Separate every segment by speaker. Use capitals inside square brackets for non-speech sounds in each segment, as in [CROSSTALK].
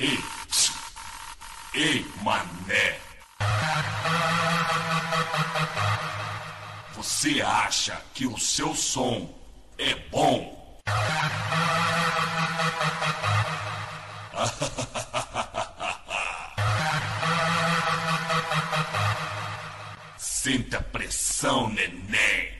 Speaker 1: Ei, pss, ei, mané. Você acha que o seu som é bom? [LAUGHS] Senta pressão, neném.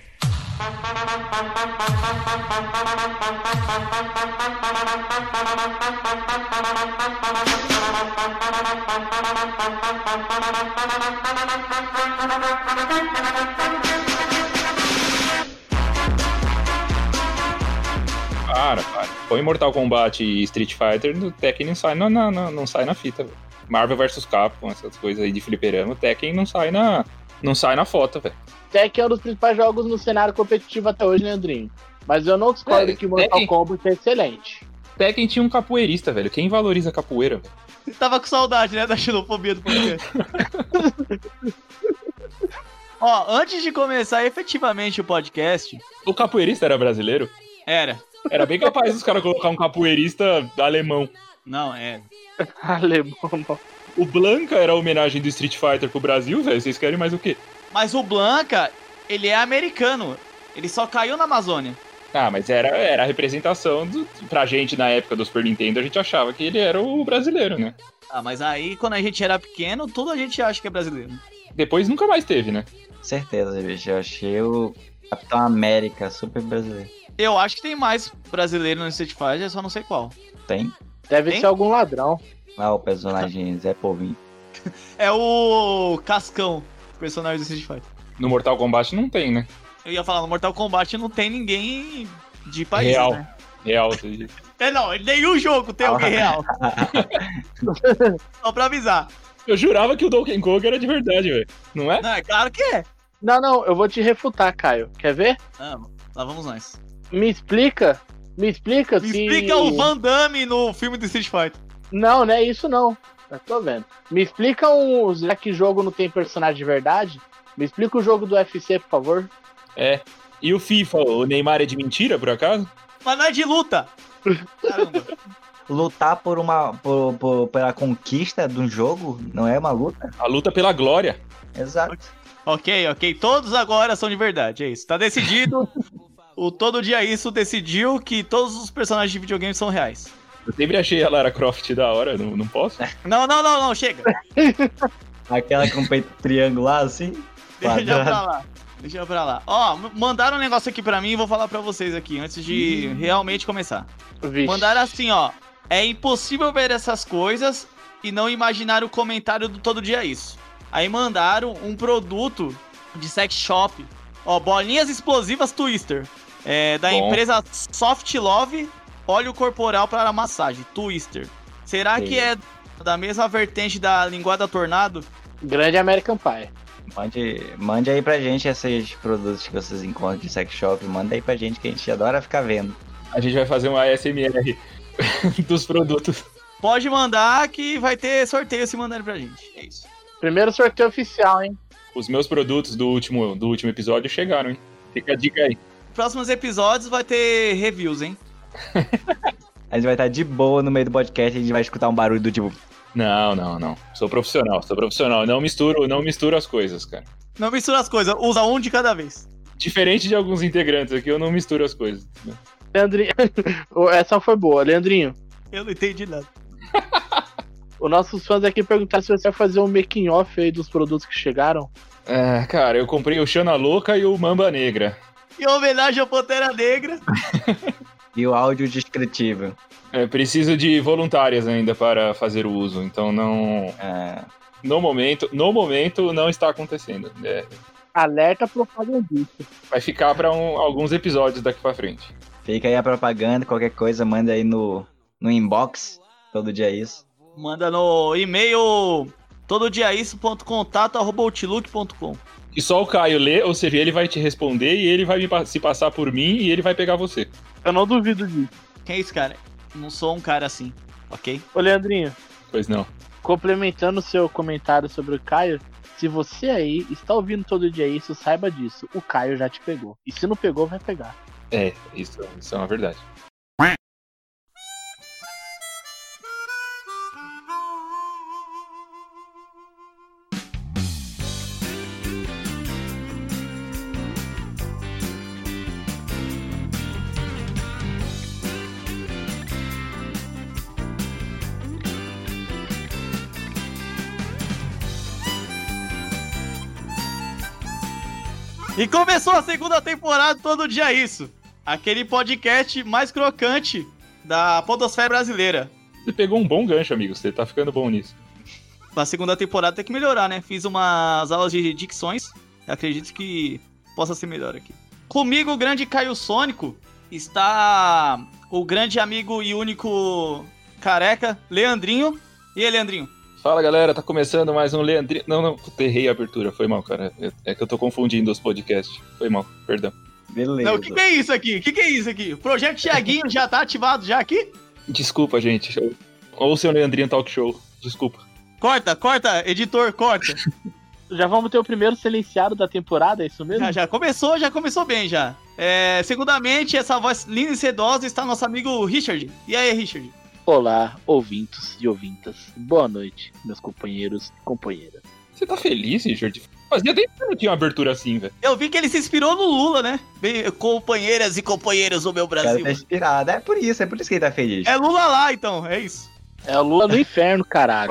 Speaker 2: Para, para. Põe Mortal Kombat e Street Fighter, o Tekken não sai na, na- na- não sai na fita, velho. Marvel vs Capcom, essas coisas aí de fliperama, o Tekken não sai na, não sai na foto, velho.
Speaker 3: Tekken é um dos principais jogos no cenário competitivo até hoje, Leandrinho. Mas eu não discordo
Speaker 2: É,
Speaker 3: que Mortal
Speaker 2: Tekken-
Speaker 3: Kombat é
Speaker 4: [LAUGHS]
Speaker 3: excelente.
Speaker 2: Tekken tinha um capoeirista, velho. Quem valoriza capoeira, velho?
Speaker 4: Tava com saudade, né, da xenofobia do podcast. Ó, antes de começar efetivamente o podcast,
Speaker 2: O capoeirista era brasileiro?
Speaker 4: era.
Speaker 2: Era bem capaz dos caras colocar um capoeirista alemão.
Speaker 4: Não, é.
Speaker 3: Alemão, não.
Speaker 2: O Blanca era a homenagem do Street Fighter pro Brasil, velho. Vocês querem mais o quê?
Speaker 4: Mas o Blanca, ele é americano. Ele só caiu na Amazônia.
Speaker 2: Ah, mas era, era a representação do, pra gente na época do Super Nintendo, a gente achava que ele era o brasileiro, né?
Speaker 4: Ah, mas aí quando a gente era pequeno, tudo a gente acha que é brasileiro.
Speaker 2: Depois nunca mais teve, né?
Speaker 5: Certeza, bicho. Eu achei o Capitão América super brasileiro.
Speaker 4: Eu acho que tem mais brasileiro no Street Fighter, só não sei qual.
Speaker 5: Tem?
Speaker 3: Deve
Speaker 4: Hein?
Speaker 3: ser algum ladrão.
Speaker 5: Lá o personagem Zé Povinho.
Speaker 4: É o Cascão, personagem do Street Fighter.
Speaker 2: No Mortal Kombat não tem, né?
Speaker 4: Eu ia falar, no Mortal Kombat não tem ninguém de país,
Speaker 2: Real.
Speaker 4: né?
Speaker 2: Real. você diz.
Speaker 4: É, não, nenhum jogo tem alguém real. Só pra avisar.
Speaker 2: Eu jurava que o Donkey Kong era de verdade, velho. Não é?
Speaker 4: Não, é claro que é.
Speaker 3: Não, não, eu vou te refutar, Caio. Quer ver?
Speaker 4: Ah, lá vamos nós.
Speaker 3: Me explica. Me explica
Speaker 4: Me
Speaker 3: se.
Speaker 4: explica o Van Damme no filme do Street Fighter.
Speaker 3: Não, não é isso não. Eu tô vendo. Me explica um. Já que jogo não tem personagem de verdade, me explica o jogo do UFC, por favor.
Speaker 2: E o FIFA, o Neymar é de mentira, por acaso?
Speaker 4: Mas não é de luta. Caramba.
Speaker 5: Lutar por uma. Por, por- pela conquista de um jogo não é uma luta?
Speaker 2: A luta pela glória.
Speaker 5: Exato.
Speaker 4: ok, ok. Todos agora são de verdade, é isso. Tá decidido. o Todo Dia Isso decidiu que todos os personagens de videogame são reais.
Speaker 2: Eu sempre achei a Lara Croft da hora, não, não posso?
Speaker 4: Não, não, não, não, chega.
Speaker 5: Aquela com o peito [LAUGHS] triangular assim.
Speaker 4: Deixa
Speaker 5: Quadrado.
Speaker 4: pra lá. Deixa pra lá. Ó, m- mandaram um negócio aqui pra mim e vou falar pra vocês aqui, antes de realmente começar.
Speaker 3: Vixe.
Speaker 4: Mandaram assim, ó. É impossível ver essas coisas e não imaginar o comentário do Todo Dia Isso. Aí mandaram um produto de sex shop. Ó, bolinhas explosivas Twister. É, da
Speaker 2: Bom.
Speaker 4: empresa Soft Love, óleo corporal para massagem, Twister. Será que é da mesma vertente da linguada Tornado?
Speaker 3: Grande American Pie.
Speaker 5: Mande, mande aí pra gente esses produtos que vocês encontram de sex shop. Manda aí pra gente que a gente adora ficar vendo.
Speaker 2: A gente vai fazer um ASMR [LAUGHS] dos produtos.
Speaker 4: Pode mandar que vai ter sorteio se mandarem pra gente. É isso.
Speaker 3: Primeiro sorteio oficial, hein?
Speaker 2: Os meus produtos do último, do último episódio chegaram, hein? Fica a dica aí.
Speaker 4: Próximos episódios vai ter reviews, hein?
Speaker 5: A gente vai estar de boa no meio do podcast e a gente vai escutar um barulho do tipo.
Speaker 2: Não, não, não. Sou profissional, sou profissional. Não misturo, não misturo as coisas, cara.
Speaker 4: Não mistura as coisas, usa um de cada vez.
Speaker 2: Diferente de alguns integrantes aqui, eu não misturo as coisas. né?
Speaker 3: Leandrinho. [LAUGHS] Essa foi boa. Leandrinho,
Speaker 4: Eu não entendi nada.
Speaker 3: os nossos fãs aqui perguntaram se você vai fazer um making off aí dos produtos que chegaram.
Speaker 2: É, cara, eu comprei o Xana Louca e o Mamba Negra.
Speaker 4: Em homenagem ao Pantera Negra.
Speaker 5: E o áudio descritivo.
Speaker 2: É, preciso de voluntárias ainda para fazer o uso, então não.
Speaker 5: É,
Speaker 2: No momento, no momento não está acontecendo. É,
Speaker 3: Alerta propagandista.
Speaker 2: vai ficar para alguns episódios daqui para frente.
Speaker 5: fica aí a propaganda, qualquer coisa, manda aí no, no inbox. Todo dia é isso.
Speaker 4: Manda no e-mail tododiaisso.contato.outlook.com
Speaker 2: E só o Caio lê, ou seja, ele vai te responder e ele vai me pa- se passar por mim e ele vai pegar você.
Speaker 3: Eu não duvido disso.
Speaker 4: Quem é esse cara? Não sou um cara assim, ok?
Speaker 3: Ô, Leandrinho.
Speaker 2: Pois não.
Speaker 3: Complementando o seu comentário sobre o Caio, se você aí está ouvindo todo dia isso, saiba disso. O Caio já te pegou. E se não pegou, vai pegar.
Speaker 2: É, isso, isso é uma verdade.
Speaker 4: E começou a segunda temporada todo dia isso. Aquele podcast mais crocante da podosfera brasileira.
Speaker 2: Você pegou um bom gancho, amigo. Você tá ficando bom nisso.
Speaker 4: Na segunda temporada tem que melhorar, né? Fiz umas aulas de dicções. Acredito que possa ser melhor aqui. Comigo, o grande Caio Sônico, está o grande amigo e único careca, Leandrinho. E aí, Leandrinho?
Speaker 2: Fala galera, tá começando mais um Leandrinho. Não, não, puta, errei a abertura, foi mal, cara. É- É que eu tô confundindo os podcasts. Foi mal, perdão.
Speaker 5: Beleza.
Speaker 4: Não, o que, que é isso aqui? O que, que é isso aqui? O projeto Tiaguinho já tá ativado já aqui?
Speaker 2: Desculpa, gente. Ou seu Leandrinho Talk Show. Desculpa.
Speaker 4: Corta, corta, editor, corta.
Speaker 3: Já vamos ter o primeiro silenciado da temporada, é isso mesmo?
Speaker 4: Já, já começou, já começou bem já. É, segundamente, essa voz linda e sedosa está nosso amigo Richard. E aí, Richard?
Speaker 3: Olá, ouvintos e ouvintas. Boa noite, meus companheiros e companheiras.
Speaker 2: Você tá feliz, Richard? Fazia tempo que eu não tinha uma abertura assim, velho.
Speaker 4: Eu vi que ele se inspirou no Lula, né? Bem, companheiras e companheiros do meu
Speaker 5: O cara
Speaker 4: Brasil.
Speaker 5: tá inspirado. É por isso, é por isso que ele tá feliz.
Speaker 4: É Lula lá, então, é isso.
Speaker 3: É a lua no inferno, caralho.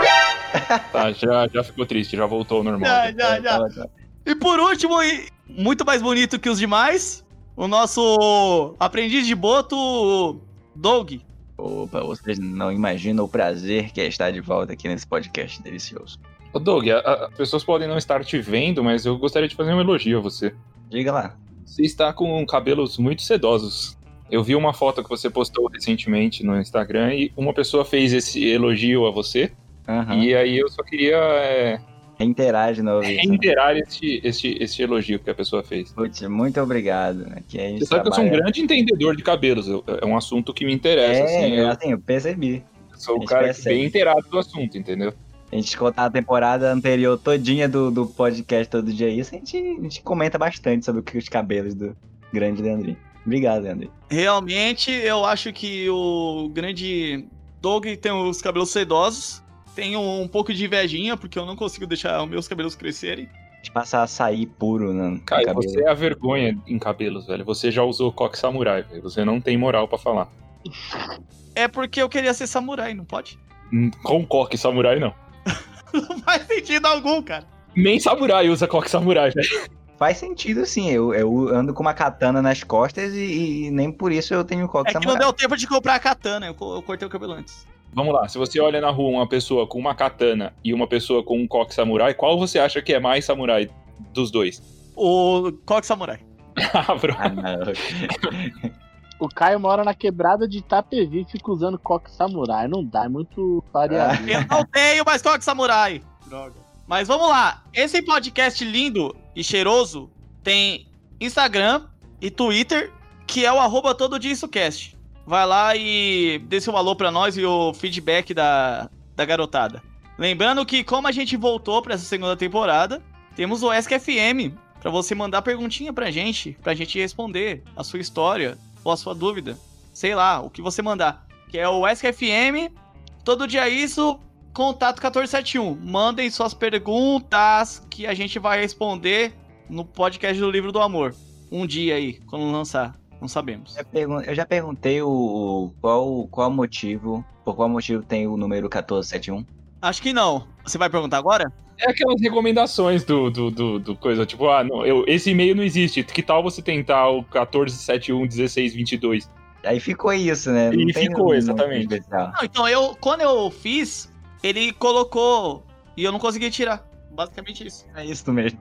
Speaker 2: Tá, já, já ficou triste, já voltou ao normal.
Speaker 4: Já,
Speaker 2: né?
Speaker 4: já,
Speaker 5: é, tá.
Speaker 4: já. E por último, e muito mais bonito que os demais, o nosso aprendiz de boto, Doug.
Speaker 5: Opa, vocês não imaginam o prazer que é estar de volta aqui nesse podcast delicioso.
Speaker 2: Ô, Doug, a- a- as pessoas podem não estar te vendo, mas eu gostaria de fazer um elogio a você.
Speaker 5: Diga lá.
Speaker 2: Você está com cabelos muito sedosos. Eu vi uma foto que você postou recentemente no Instagram e uma pessoa fez esse elogio a você.
Speaker 5: Aham.
Speaker 2: E É, aí eu só queria é,
Speaker 5: Reiterar de novo. isso. né?
Speaker 2: reiterar este, este, este elogio que a pessoa fez.
Speaker 5: Putz, muito obrigado. né, Que a gente
Speaker 2: Você sabe que eu sou um
Speaker 5: trabalha-
Speaker 2: grande entendedor de cabelos. eu- é um assunto que me interessa.
Speaker 5: É,
Speaker 2: assim,
Speaker 5: eu,
Speaker 2: eu
Speaker 5: assim, eu percebi.
Speaker 2: sou o
Speaker 5: isso
Speaker 2: cara que
Speaker 5: percebe.
Speaker 2: bem inteirado do assunto, entendeu?
Speaker 5: A gente contar a temporada anterior todinha do, do podcast todo dia isso, a gente, a gente comenta bastante sobre o que os cabelos do grande Leandrinho. Obrigado, Leandrinho.
Speaker 4: Realmente, eu acho que o grande Doug tem os cabelos sedosos. Tenho um pouco de invejinha, porque eu não consigo deixar os meus cabelos crescerem.
Speaker 5: A gente passa a sair puro no, no
Speaker 2: Cara,
Speaker 5: cabelo.
Speaker 2: você é a vergonha em cabelos, velho. Você já usou coque samurai, velho. Você não tem moral pra falar.
Speaker 4: É porque eu queria ser samurai, não pode? [LAUGHS]
Speaker 2: Hum, Com coque samurai, não.
Speaker 4: Não faz sentido algum, cara.
Speaker 2: Nem samurai usa coque samurai, né? velho.
Speaker 5: Faz sentido, sim. Eu, eu ando com uma katana nas costas e, e nem por isso eu tenho coque
Speaker 4: É que não
Speaker 5: samurai.
Speaker 4: deu tempo de comprar a katana, eu co- eu cortei o cabelo antes.
Speaker 2: Vamos lá, se você olha na rua uma pessoa com uma katana e uma pessoa com um coque samurai, qual você acha que é mais samurai dos dois? [LAUGHS]
Speaker 4: O coque samurai.
Speaker 2: Ah, bro.
Speaker 5: Ah, não.
Speaker 3: O Caio mora na quebrada de Itapevi, fica usando coque samurai. Não dá, é muito variado.
Speaker 4: Eu não tenho mais coque samurai. Droga. Mas vamos lá. Esse podcast lindo e cheiroso tem Instagram e Twitter, que é o arroba todo dia isso cast. Vai lá e desse um alô pra nós e o feedback da, da garotada. Lembrando que como a gente voltou pra essa segunda temporada, temos o Ask FM pra você mandar perguntinha pra gente, pra gente responder a sua história ou a sua dúvida. Sei lá, o que você mandar. Que é o Ask FM Todo dia isso, contato 1471. Mandem suas perguntas que a gente vai responder no podcast do Livro do Amor. Um dia aí, quando lançar. Não sabemos.
Speaker 5: Já pergun- Eu já perguntei o, o- qual qual motivo, por qual motivo tem o número 1471.
Speaker 4: Acho que não. Você vai perguntar agora?
Speaker 2: É aquelas recomendações do, do, do, do coisa, tipo, ah, não, eu, esse e-mail não existe. Que tal você tentar o 14711622?
Speaker 5: Aí ficou isso, né?
Speaker 2: E
Speaker 5: tem
Speaker 2: ficou,
Speaker 5: um-
Speaker 2: exatamente.
Speaker 5: um especial.
Speaker 4: Não, então eu, quando eu fiz, ele colocou e eu não consegui tirar. Basicamente isso.
Speaker 5: É isso mesmo.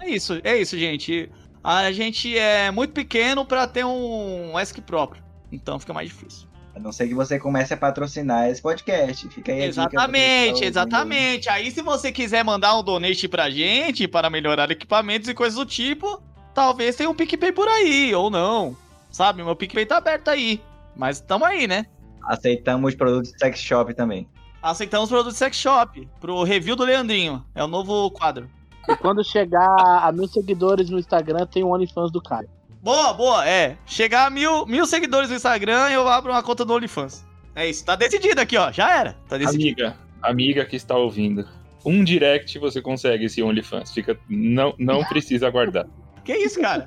Speaker 4: É isso, é isso, gente. A gente é muito pequeno pra ter um ESC próprio. Então fica mais difícil.
Speaker 5: A não ser que você comece a patrocinar esse podcast. Fica aí a É, dica pra quem
Speaker 4: Exatamente,
Speaker 5: tá
Speaker 4: exatamente. Aí se você quiser mandar um donate pra gente para melhorar equipamentos e coisas do tipo, talvez tenha um PicPay por aí, ou não. Sabe, meu PicPay tá aberto aí. Mas tamo aí, né?
Speaker 5: ouvindo. Aceitamos produtos de sex shop também.
Speaker 4: Aceitamos produtos sex shop pro review do Leandrinho. É o novo quadro.
Speaker 3: E quando chegar a mil seguidores no Instagram, tem o OnlyFans do Caio.
Speaker 4: Boa, boa, é. Chegar a mil, mil seguidores no Instagram, eu abro uma conta do OnlyFans. É isso, tá decidido aqui, ó. Já era. Tá decidido.
Speaker 2: Amiga, amiga que está ouvindo. Um direct você consegue esse OnlyFans. Fica, não, não precisa aguardar.
Speaker 4: Que isso, cara?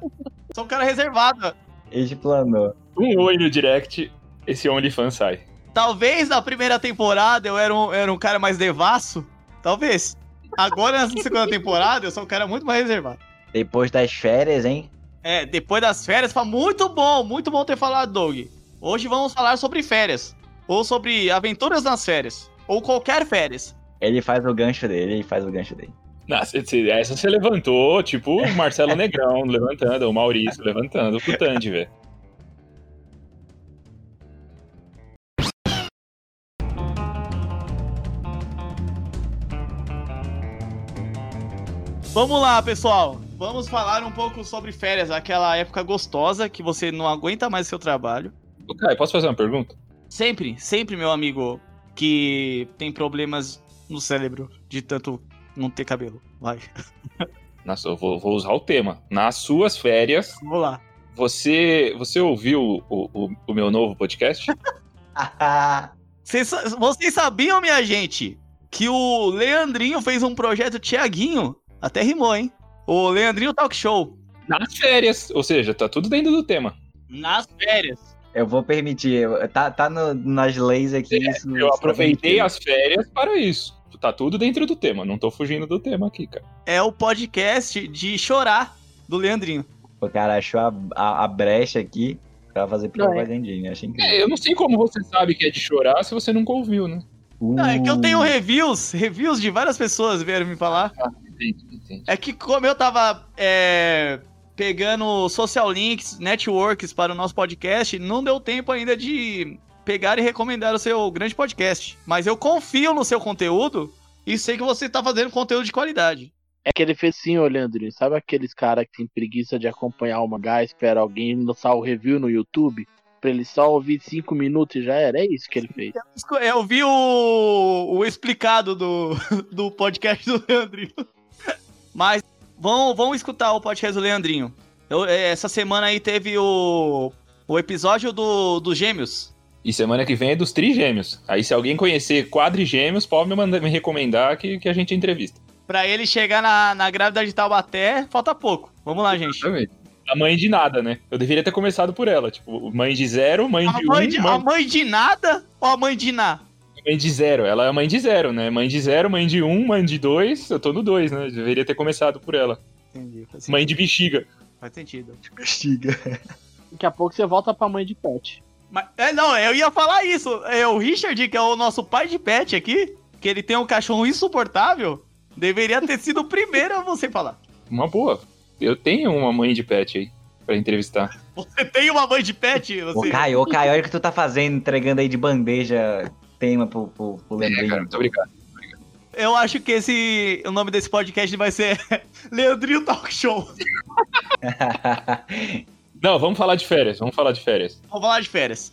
Speaker 4: Sou um cara reservado.
Speaker 5: Este planou.
Speaker 2: Um oi no direct, esse OnlyFans sai.
Speaker 4: Talvez na primeira temporada eu era um, era um cara mais devasso. Talvez. Agora, na segunda temporada, eu sou um cara muito mais reservado.
Speaker 5: Depois das férias, hein?
Speaker 4: É, depois das férias, fala, muito bom, muito bom ter falado, Doug. Hoje vamos falar sobre férias. Ou sobre aventuras nas férias. Ou qualquer férias.
Speaker 5: Ele faz o gancho dele, ele faz o gancho dele. [LAUGHS]
Speaker 2: Nossa, esse- essa você levantou, tipo o Marcelo Negrão levantando, o Maurício levantando, o Cutande, velho.
Speaker 4: Vamos lá, pessoal. Vamos falar um pouco sobre férias, aquela época gostosa que você não aguenta mais seu trabalho.
Speaker 2: Ô, Caio, posso fazer uma pergunta?
Speaker 4: Sempre, sempre, meu amigo, que tem problemas no cérebro de tanto não ter cabelo. Vai, [LAUGHS]
Speaker 2: Nossa, eu vou, vou usar o tema. Nas suas férias,
Speaker 4: vamos lá.
Speaker 2: você você ouviu o, o- o meu novo podcast?
Speaker 4: Vocês, sa- vocês sabiam, minha gente, que o Leandrinho fez um projeto Tiaguinho? Até rimou, hein? O Leandrinho Talk Show.
Speaker 2: Nas férias, ou seja, tá tudo dentro do tema.
Speaker 4: Nas férias.
Speaker 5: eu vou permitir, eu- tá, tá no- nas leis aqui. isso- isso
Speaker 2: Eu
Speaker 5: tá
Speaker 2: aproveitei
Speaker 5: permitido.
Speaker 2: as férias para isso. Tá tudo dentro do tema, não tô fugindo do tema aqui, cara.
Speaker 4: É o podcast de chorar do Leandrinho.
Speaker 5: O cara achou a, a- a brecha aqui pra fazer
Speaker 3: Não, é.
Speaker 5: propagandinha, achei incrível.
Speaker 2: É, eu não sei como você sabe que é de chorar se você nunca ouviu, né?
Speaker 4: Não, é que eu tenho
Speaker 5: Uh,
Speaker 4: reviews, reviews de várias pessoas vieram me falar.
Speaker 2: Entendi, entendi.
Speaker 4: É que como eu tava é, pegando social links, networks para o nosso podcast, não deu tempo ainda de pegar e recomendar o seu grande podcast. Mas eu confio no seu conteúdo e sei que você tá fazendo conteúdo de qualidade.
Speaker 3: É aquele fecinho, Leandrinho. Sabe aqueles caras que tem preguiça de acompanhar o mangá, espera alguém lançar o review no YouTube? Pra ele só ouvir cinco minutos e já era. É isso que ele fez.
Speaker 4: Eu É vi o, o explicado do, [LAUGHS] do podcast do Leandrinho. [LAUGHS] Mas vão, vão escutar o podcast do Leandrinho. Eu- é, essa semana aí teve o, o episódio do, do Gêmeos.
Speaker 2: E semana que vem é dos trigêmeos. Aí se alguém conhecer quadrigêmeos, pode me, mandar, me recomendar que, que a gente entrevista.
Speaker 4: Pra ele chegar na, na grávida de Taubaté, falta pouco. Vamos lá,
Speaker 2: Tá
Speaker 4: gente.
Speaker 2: A mãe de nada, né? Eu deveria ter começado por ela. Tipo, mãe de zero, mãe
Speaker 4: A
Speaker 2: de
Speaker 4: mãe
Speaker 2: um,
Speaker 4: de, a
Speaker 2: mãe,
Speaker 4: mãe de nada ou a mãe de Ná?
Speaker 2: mãe de zero. Ela é a mãe de zero, né? Mãe de zero, mãe de um, mãe de dois. Eu tô no dois, né? Eu deveria ter começado por ela.
Speaker 4: Entendi. Faz sentido.
Speaker 2: Mãe de bexiga.
Speaker 4: Faz sentido.
Speaker 5: Bexiga.
Speaker 3: Daqui a pouco você volta pra mãe de pet.
Speaker 4: Mas, é, não, eu ia falar isso. É, o Richard, que é o nosso pai de pet aqui, que ele tem um cachorro insuportável, deveria ter sido o primeiro a você falar.
Speaker 2: Uma boa. Eu tenho uma mãe de pet aí pra entrevistar.
Speaker 4: Você tem uma mãe de pet?
Speaker 5: Ô,
Speaker 4: Você...
Speaker 5: Caio, ô, Caio, olha o que tu tá fazendo, entregando aí de bandeja tema pro, pro, pro Leandrinho.
Speaker 2: muito obrigado.
Speaker 4: Eu acho que esse o nome desse podcast vai ser [LAUGHS] Leandrinho Talk Show.
Speaker 2: Não, vamos falar de férias. Vamos falar de férias.
Speaker 4: Vamos lá de férias.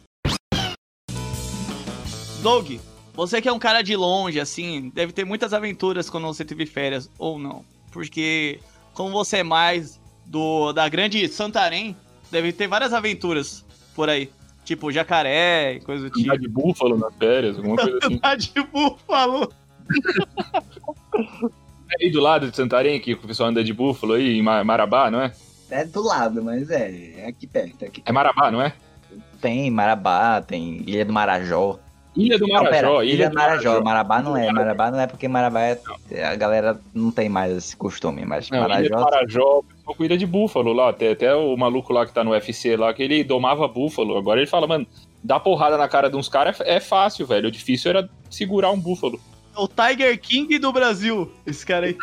Speaker 4: Doug, você que é um cara de longe, assim, deve ter muitas aventuras quando você teve férias, ou não. Porque, como você é mais do da grande Santarém, deve ter várias aventuras por aí. Tipo, jacaré, coisa do
Speaker 2: Andar
Speaker 4: tipo.
Speaker 2: de búfalo nas férias, alguma coisa assim.
Speaker 5: [LAUGHS]
Speaker 4: Tá de búfalo.
Speaker 2: aí do lado de Santarém, que o pessoal anda de búfalo aí, em Ma- Marabá, não é?
Speaker 5: [LAUGHS] É do lado, mas é, é aqui perto. é aqui.
Speaker 2: É Marabá, não é?
Speaker 5: Tem Marabá, tem Ilha do Marajó.
Speaker 2: Ilha do
Speaker 5: Não, pera,
Speaker 2: Marajó.
Speaker 5: Ilha, do Marajó. Marabá não é.
Speaker 2: Marajó.
Speaker 5: Marabá não é porque Marabá é. A galera não tem mais esse costume, mas
Speaker 2: Não, Ilha do
Speaker 5: Marajó.
Speaker 2: Marajó, o pessoal cuida de búfalo lá. Até, até o maluco lá que tá no UFC lá, que ele domava búfalo. Agora ele fala, mano, dar porrada na cara de uns caras é, é fácil, velho. O difícil era segurar um búfalo.
Speaker 4: O Tiger King do Brasil. Esse cara aí.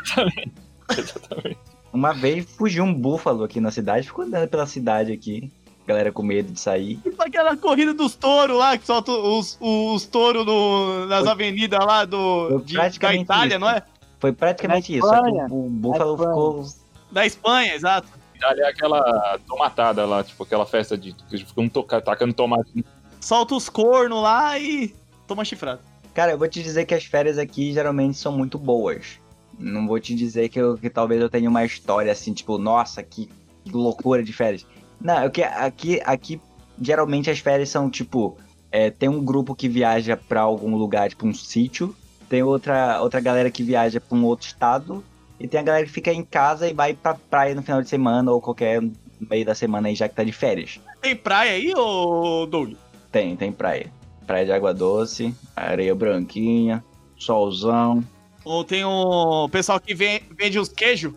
Speaker 5: Uma vez fugiu um búfalo aqui na cidade, ficou andando pela cidade aqui. Galera com medo de sair.
Speaker 4: Tipo Aquela corrida dos touros lá, que solta os, os touros no- nas
Speaker 5: Foi-
Speaker 4: avenidas lá do,
Speaker 5: foi
Speaker 4: de, da
Speaker 5: praticamente
Speaker 4: Itália,
Speaker 5: isso.
Speaker 4: não é?
Speaker 5: Foi praticamente
Speaker 3: Na
Speaker 5: isso. só que
Speaker 3: Espanha.
Speaker 5: o, o búfalo
Speaker 3: Na
Speaker 5: ficou.
Speaker 4: Da Espanha, exato.
Speaker 2: Ali é aquela tomatada lá, tipo aquela festa de. que Ficam toca, tacando tomate.
Speaker 4: solta os cornos lá e toma chifrado.
Speaker 5: Cara, eu vou te dizer que as férias aqui geralmente são muito boas. Não vou te dizer que, eu- que talvez eu tenha uma história assim, tipo, nossa, que, que loucura de férias. Não, é que aqui, aqui geralmente as férias são tipo, é, tem um grupo que viaja pra algum lugar, tipo um sítio, tem outra, outra galera que viaja pra um outro estado, e tem a galera que fica em casa e vai pra praia no final de semana ou qualquer meio da semana aí já que tá de férias.
Speaker 4: Tem praia aí, ô Doug?
Speaker 5: Tem, tem praia. Praia de água doce, areia branquinha, solzão.
Speaker 4: um Ou tem o pessoal que ven- vende os queijos?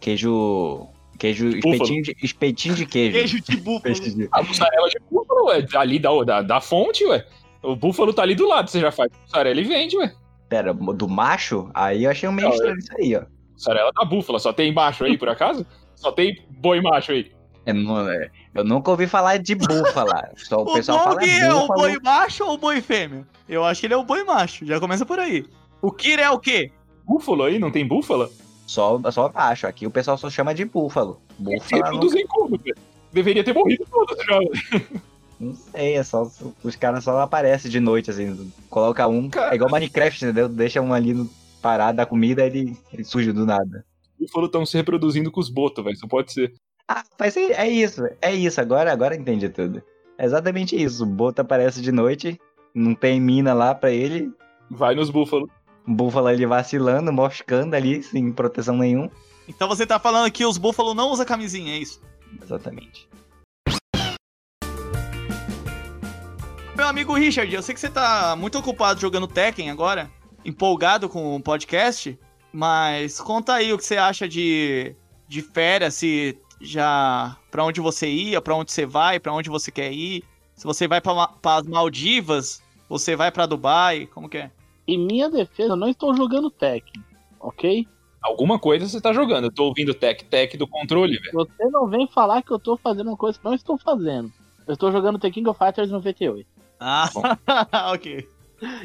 Speaker 5: queijo Queijo,
Speaker 2: Búfalo.
Speaker 5: espetinho de, espetinho de queijo.
Speaker 4: Queijo de búfalo.
Speaker 5: Espetinho de-
Speaker 2: A mussarela de búfalo, ué, ali da, da, da fonte, ué. O búfalo tá ali do lado, você já faz mussarela e vende, ué.
Speaker 5: Pera, do macho? Aí eu achei um meio
Speaker 2: Não,
Speaker 5: estranho isso aí, ó.
Speaker 2: Mussarela da búfala, só tem macho aí, por acaso? Só tem boi macho aí.
Speaker 5: É, não, é, eu nunca ouvi falar de búfala. Só o,
Speaker 4: O
Speaker 5: pessoal fala
Speaker 4: Dog é o
Speaker 5: búfalo. né?
Speaker 4: boi macho ou o boi fêmea? Eu acho que ele é o boi macho, já começa por aí. O Kira é o quê?
Speaker 2: Búfalo aí, não tem búfala?
Speaker 5: Só, só macho. Aqui o pessoal só chama de búfalo. é Búfala
Speaker 2: Tem
Speaker 5: não,
Speaker 2: todos em combo, velho. Deveria ter morrido todos já. ué.
Speaker 5: não sei, é só. Os caras só aparecem de noite, assim. Coloca um.
Speaker 2: Cara.
Speaker 5: É igual Minecraft, entendeu? Deixa um ali no parado da comida ele, ele surge do nada.
Speaker 2: Búfalo estão se reproduzindo com os botos, velho. Só pode ser.
Speaker 5: Ah, mas é, é isso, é isso. Agora, agora entendi tudo. É exatamente isso. O boto aparece de noite, não tem mina lá pra ele,
Speaker 2: Vai nos búfalos.
Speaker 5: búfalo ele vacilando, moscando ali, sem proteção nenhuma.
Speaker 4: Então você tá falando que os búfalos não usam camisinha, é isso?
Speaker 5: Exatamente.
Speaker 4: Meu amigo Richard, eu sei que você tá muito ocupado jogando Tekken agora, empolgado com o podcast, mas conta aí o que você acha de, de férias, se já pra onde você ia, pra onde você vai, pra onde você quer ir, se você vai pra, Ma- pras Maldivas, você vai pra Dubai, como que é?
Speaker 3: Em minha defesa, eu não estou jogando Tekken, ok?
Speaker 2: Alguma coisa você tá jogando. Eu tô ouvindo tec-tec do controle, velho.
Speaker 3: Você não vem falar que eu tô fazendo uma coisa que eu não estou fazendo. Eu estou jogando The King of Fighters 98.
Speaker 4: Ah, [LAUGHS] ok.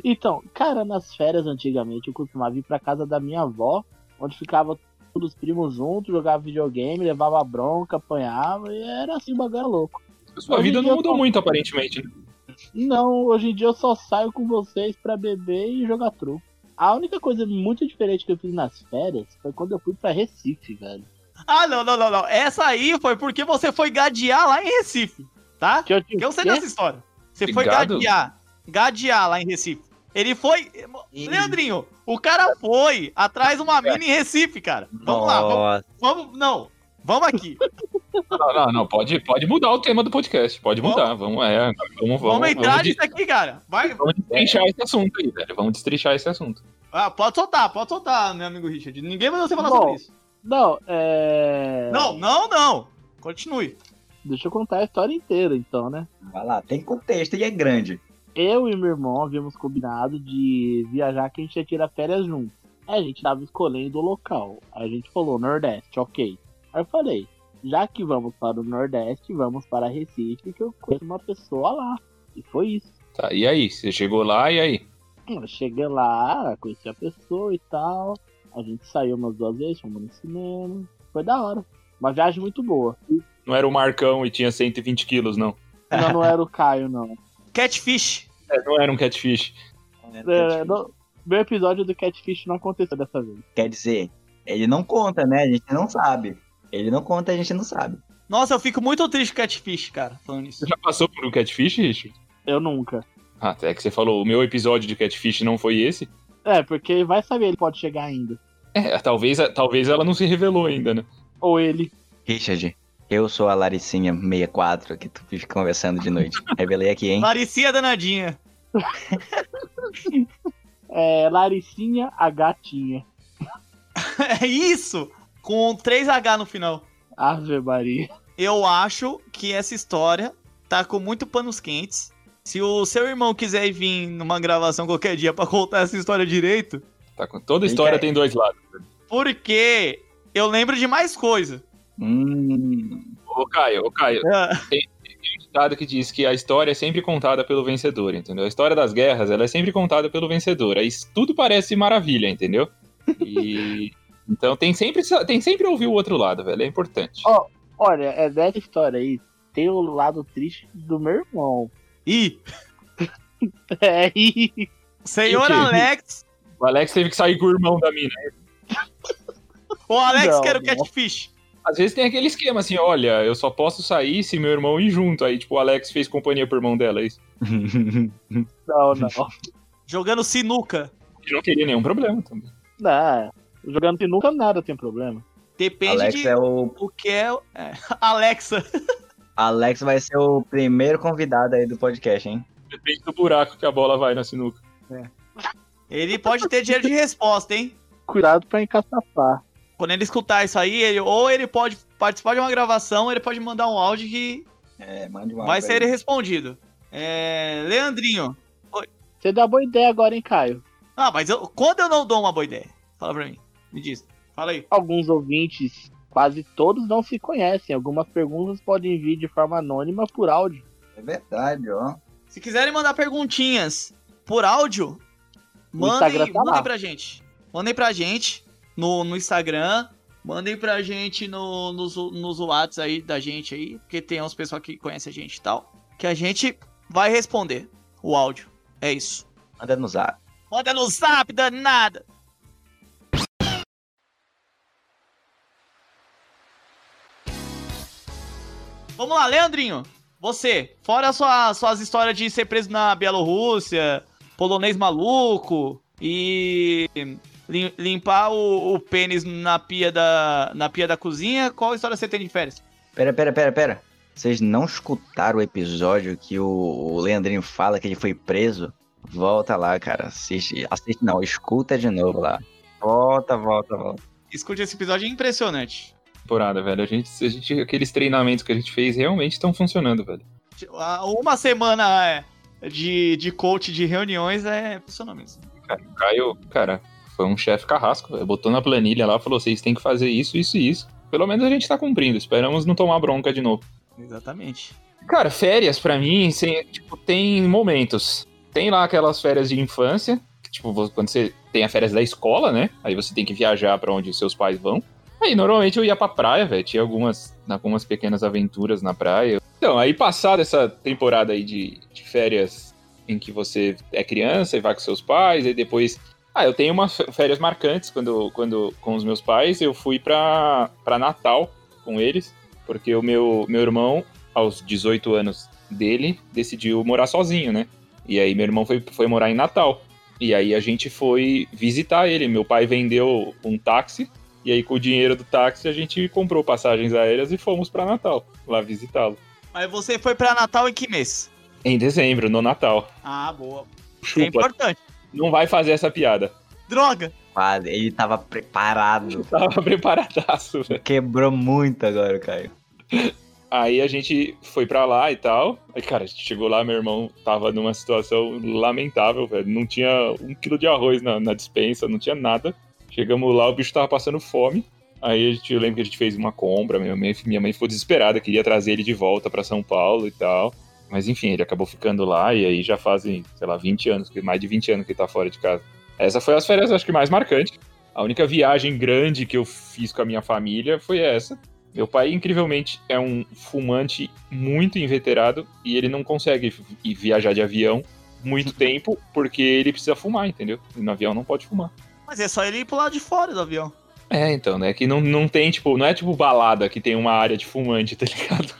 Speaker 3: Então, cara, nas férias antigamente eu costumava ir pra casa da minha avó, onde ficava todos os primos juntos, jogava videogame, levava bronca, apanhava, e era assim, o bagulho era louco.
Speaker 2: Sua
Speaker 3: Hoje
Speaker 2: vida
Speaker 3: em dia
Speaker 2: não
Speaker 3: eu
Speaker 2: mudou
Speaker 3: tô-
Speaker 2: muito, aparentemente. né?
Speaker 3: Não, hoje em dia eu só saio com vocês pra beber e jogar truco. A única coisa muito diferente que eu fiz nas férias foi quando eu fui pra Recife, velho.
Speaker 4: Ah, não, não, não, não. Essa aí foi porque você foi gadear lá em Recife, tá?
Speaker 3: Que eu tive
Speaker 4: Eu sei
Speaker 3: que-
Speaker 4: dessa história. Você foi
Speaker 2: Gado?
Speaker 4: gadear. Gadear lá em Recife. Ele foi. Leandrinho, o cara foi atrás de
Speaker 2: É.
Speaker 4: uma mina em Recife, cara. Vamos lá, vamos,
Speaker 5: Nossa,
Speaker 4: vamos- Não, vamos aqui.
Speaker 2: Não, não, não. Pode, pode mudar o tema do podcast. Pode
Speaker 4: Vamos?
Speaker 2: mudar. Vamos, é, [LAUGHS] vamos, vamos,
Speaker 4: Vamos,
Speaker 2: vamos,
Speaker 4: entrar
Speaker 2: de-
Speaker 4: nisso aqui, cara. Vai,
Speaker 2: vamos destrinchar esse assunto aí, velho. Vamos destrinchar esse assunto.
Speaker 4: ah, pode soltar, pode soltar, meu amigo Richard. Ninguém vai você falar
Speaker 3: Bom.
Speaker 4: sobre isso.
Speaker 3: Não, é.
Speaker 4: Não, não, não. Continue.
Speaker 3: Deixa eu contar a história inteira, então, né?
Speaker 5: vai lá, tem contexto e é grande.
Speaker 3: Eu e meu irmão havíamos combinado de viajar que a gente ia tirar férias juntos. Aí a gente tava escolhendo o local. Aí A gente falou Nordeste, ok. Aí eu falei, já que vamos para o Nordeste, vamos para Recife, que eu conheço uma pessoa lá. E foi isso.
Speaker 2: Tá, e aí? Você chegou lá, e aí?
Speaker 3: Hum, Eu cheguei lá, conheci a pessoa e tal. A gente saiu umas duas vezes, fomos no cinema. Foi da hora. Uma viagem muito boa.
Speaker 2: Não era o Marcão e tinha 120 quilos, não.
Speaker 3: Não, não era o Caio, não.
Speaker 4: Catfish.
Speaker 2: É, não era um catfish.
Speaker 3: É, não- meu episódio do Catfish não aconteceu dessa vez.
Speaker 5: Quer dizer, ele não conta, né? A gente não sabe. Ele não conta, a gente não sabe.
Speaker 4: Nossa, eu fico muito triste com Catfish, cara, falando isso.
Speaker 2: Você já passou por um catfish, Richard?
Speaker 3: Eu nunca.
Speaker 2: Ah, até que você falou, o meu episódio de catfish não foi esse.
Speaker 3: É, porque vai saber, ele pode chegar ainda.
Speaker 2: É, talvez, talvez ela não se revelou ainda, né?
Speaker 3: Ou ele.
Speaker 5: Richard, eu sou a Laricinha 64 que tu fica conversando de [LAUGHS] noite. Revelei aqui, hein?
Speaker 4: Laricia danadinha. [LAUGHS]
Speaker 3: É, Laricinha, a gatinha.
Speaker 4: É isso! Com 3H no final.
Speaker 3: Ave Maria.
Speaker 4: Eu acho que essa história tá com muito panos quentes. Se o seu irmão quiser vir numa gravação qualquer dia pra contar essa história direito,
Speaker 2: Tá com- toda
Speaker 5: Ele
Speaker 2: história
Speaker 5: quer-
Speaker 2: tem dois lados.
Speaker 4: porque eu lembro de mais coisa.
Speaker 5: Hum,
Speaker 2: Ô, Caio, ô, Caio,
Speaker 4: Ah,
Speaker 2: ditado que diz que a história é sempre contada pelo vencedor, entendeu? A história das guerras, ela é sempre contada pelo vencedor. Aí isso tudo parece maravilha, entendeu? E... Então tem sempre, tem sempre ouvir o outro lado, velho. É importante.
Speaker 3: Ó. Olha, é dessa história aí. Tem o lado triste do meu irmão. [LAUGHS]
Speaker 4: E
Speaker 3: É, e
Speaker 2: E o
Speaker 4: senhor
Speaker 2: quê?
Speaker 4: Alex,
Speaker 2: O Alex teve que sair com o irmão da mina.
Speaker 4: o Alex
Speaker 3: Não,
Speaker 4: quer o
Speaker 3: não.
Speaker 4: catfish.
Speaker 2: Às vezes tem aquele esquema assim, olha, eu só posso sair se meu irmão ir junto. Aí, tipo, o Alex fez companhia pro irmão dela. é Isso.
Speaker 3: não, não.
Speaker 4: Jogando sinuca.
Speaker 2: E não teria nenhum problema também.
Speaker 3: Não, jogando sinuca nada tem problema.
Speaker 4: Depende
Speaker 5: [LAUGHS] Alex
Speaker 4: de
Speaker 5: é o
Speaker 4: o que é, é. [LAUGHS] Alexa.
Speaker 5: Alex vai ser o primeiro convidado aí do podcast, hein?
Speaker 2: Depende do buraco que a bola vai na sinuca.
Speaker 4: Ele pode ter dinheiro de resposta, hein?
Speaker 3: Cuidado pra encaçapar.
Speaker 4: Quando ele escutar isso aí, ele- ou ele pode participar de uma gravação, ele pode mandar um áudio que
Speaker 5: É, mande uma.
Speaker 4: vai
Speaker 5: pra
Speaker 4: ser
Speaker 5: ele.
Speaker 4: respondido. É, Leandrinho.
Speaker 3: Você dá boa ideia agora, hein, Caio?
Speaker 4: Ah, mas eu- quando eu não dou uma boa ideia? Fala pra mim. Me diz. Fala aí.
Speaker 3: Alguns ouvintes, quase todos, não se conhecem. Algumas perguntas podem vir de forma anônima por áudio.
Speaker 5: É verdade, ó.
Speaker 4: Se quiserem mandar perguntinhas por áudio,
Speaker 3: No
Speaker 4: mandem,
Speaker 3: Instagram tá lá.
Speaker 4: mandem pra gente. Mandem pra gente no, no Instagram. Mandem pra gente no, nos, nos Whats aí da gente aí. Porque tem uns pessoal que conhece a gente e tal. Que a gente vai responder o áudio. É isso.
Speaker 5: Manda no zap.
Speaker 4: Manda no zap, danada! Vamos lá, Leandrinho. Você, fora sua, suas histórias de ser preso na Bielorrússia, polonês maluco e lim- limpar o, o pênis na pia, da, na pia da cozinha, qual história você tem de férias?
Speaker 5: Pera, pera, pera, pera. Vocês não escutaram o episódio que o, o Leandrinho fala que ele foi preso? Volta lá, cara. Assiste. Assiste não, escuta de novo lá. Volta, volta, volta.
Speaker 4: Escute esse episódio, é impressionante.
Speaker 2: temporada, velho. A gente, a gente, aqueles treinamentos que a gente fez realmente estão funcionando, velho.
Speaker 4: Ah, Uma semana é, de, de coach de reuniões é impressionante mesmo.
Speaker 2: Cara, o Caio, cara, foi um chefe carrasco, velho. Botou na planilha lá, falou: vocês têm que fazer isso, isso e isso. Pelo menos a gente tá cumprindo. Esperamos não tomar bronca de novo.
Speaker 4: Exatamente.
Speaker 2: Cara, férias pra mim, sem- tipo, tem momentos. Tem lá aquelas férias de infância, que, tipo, vo- quando você tem as férias da escola, né? Aí você tem que viajar pra onde seus pais vão. Aí normalmente eu ia pra praia, velho. Tinha algumas, algumas pequenas aventuras na praia. Então, aí passada essa temporada aí de, de férias em que você é criança e vai com seus pais, aí depois. Ah, eu tenho umas fé- férias marcantes quando, quando com os meus pais. Eu fui pra, pra Natal com eles, porque o meu, meu irmão aos 18 anos dele, decidiu morar sozinho, né? E aí meu irmão foi, foi morar em Natal. E aí a gente foi visitar ele. Meu pai vendeu um táxi. E aí, com o dinheiro do táxi, a gente comprou passagens aéreas e fomos pra Natal, lá visitá-lo.
Speaker 4: Mas você foi pra Natal em que mês?
Speaker 2: Em dezembro, no Natal.
Speaker 4: Ah, boa. É
Speaker 2: Chupa,
Speaker 4: importante.
Speaker 2: não vai fazer essa piada.
Speaker 4: Droga!
Speaker 5: Quase. Ele tava preparado.
Speaker 2: Tava preparadaço, velho.
Speaker 5: Quebrou muito agora, Caio.
Speaker 2: Aí a gente foi pra lá e tal. Aí, cara, a gente chegou lá, meu irmão tava numa situação lamentável, velho. Não tinha um quilo de arroz na, na dispensa, não tinha nada. Chegamos lá, o bicho tava passando fome. Aí a gente, eu lembro que a gente fez uma compra, minha mãe, minha mãe ficou desesperada, queria trazer ele de volta pra São Paulo e tal. Mas enfim, ele acabou ficando lá e aí já fazem, sei lá, 20 anos, que- mais de 20 anos que ele tá fora de casa. Essa foi as férias, acho que mais marcante. A única viagem grande que eu fiz com a minha família foi essa. Meu pai, incrivelmente, é um fumante muito inveterado e ele não consegue vi- ir viajar de avião [LAUGHS] muito tempo porque ele precisa fumar, entendeu? E no avião não pode fumar.
Speaker 4: Mas é só ele ir pro lado de fora do avião.
Speaker 2: É, então, né? Que não, não tem, tipo, não é tipo balada que tem uma área de fumante, tá ligado?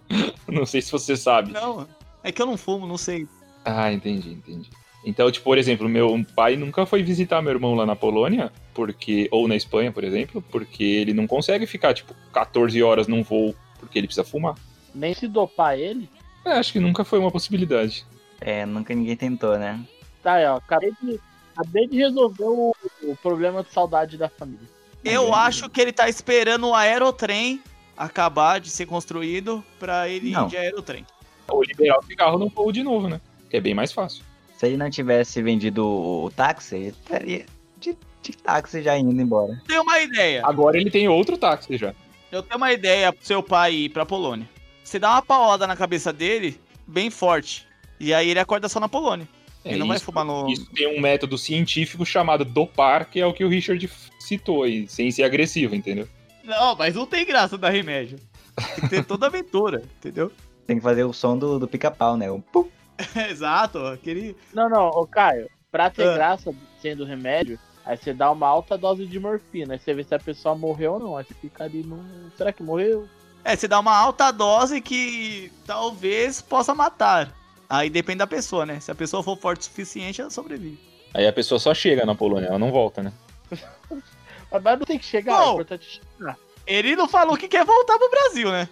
Speaker 2: [LAUGHS] não sei se você sabe.
Speaker 4: Não, é que eu não fumo, não sei.
Speaker 2: Ah, entendi, entendi. Então, tipo, por exemplo, meu pai nunca foi visitar meu irmão lá na Polônia, porque ou na Espanha, por exemplo, porque ele não consegue ficar tipo 14 horas num voo porque ele precisa fumar.
Speaker 3: Nem se dopar ele.
Speaker 2: É, acho que nunca foi uma possibilidade.
Speaker 5: É, nunca ninguém tentou, né?
Speaker 3: Tá, aí, ó. Acabei de, acabei de resolver o, o problema de saudade da família.
Speaker 4: Eu acho que ele tá esperando o aerotrem acabar de ser construído pra ele
Speaker 5: Não.
Speaker 4: ir de aerotrem.
Speaker 2: ou liberar o cigarro no voo de novo, né? Que é bem mais fácil.
Speaker 5: Se ele não tivesse vendido o, o táxi, ele estaria de, de táxi já indo embora.
Speaker 4: Eu tenho uma ideia.
Speaker 2: Agora ele tem outro táxi já.
Speaker 4: Eu tenho uma ideia pro seu pai ir pra Polônia. Você dá uma paulada na cabeça dele, bem forte. E aí ele acorda só na Polônia. ele não vai
Speaker 2: É isso,
Speaker 4: fumar no.
Speaker 2: isso tem um método científico chamado dopar, que é o que o Richard citou aí, sem ser agressivo, entendeu?
Speaker 4: Não, mas não tem graça dar remédio. Tem que ter toda aventura, [LAUGHS] entendeu?
Speaker 5: Tem que fazer o som do, do pica-pau, né? O pum.
Speaker 4: [LAUGHS] Exato, aquele.
Speaker 3: Não, não, ô Caio, pra ter
Speaker 4: Ah.
Speaker 3: graça sendo remédio, aí você dá uma alta dose de morfina, aí você vê se a pessoa morreu ou não. Aí você fica ali no. Será que morreu?
Speaker 4: É, você dá uma alta dose que talvez possa matar. Aí depende da pessoa, né? Se a pessoa for forte o suficiente, ela sobrevive.
Speaker 2: Aí a pessoa só chega na Polônia, ela não volta, né?
Speaker 3: Mas- Mas não tem que chegar,
Speaker 4: Bom.
Speaker 3: é importante chegar.
Speaker 2: [LAUGHS]
Speaker 4: Ele não falou que quer voltar pro Brasil, né?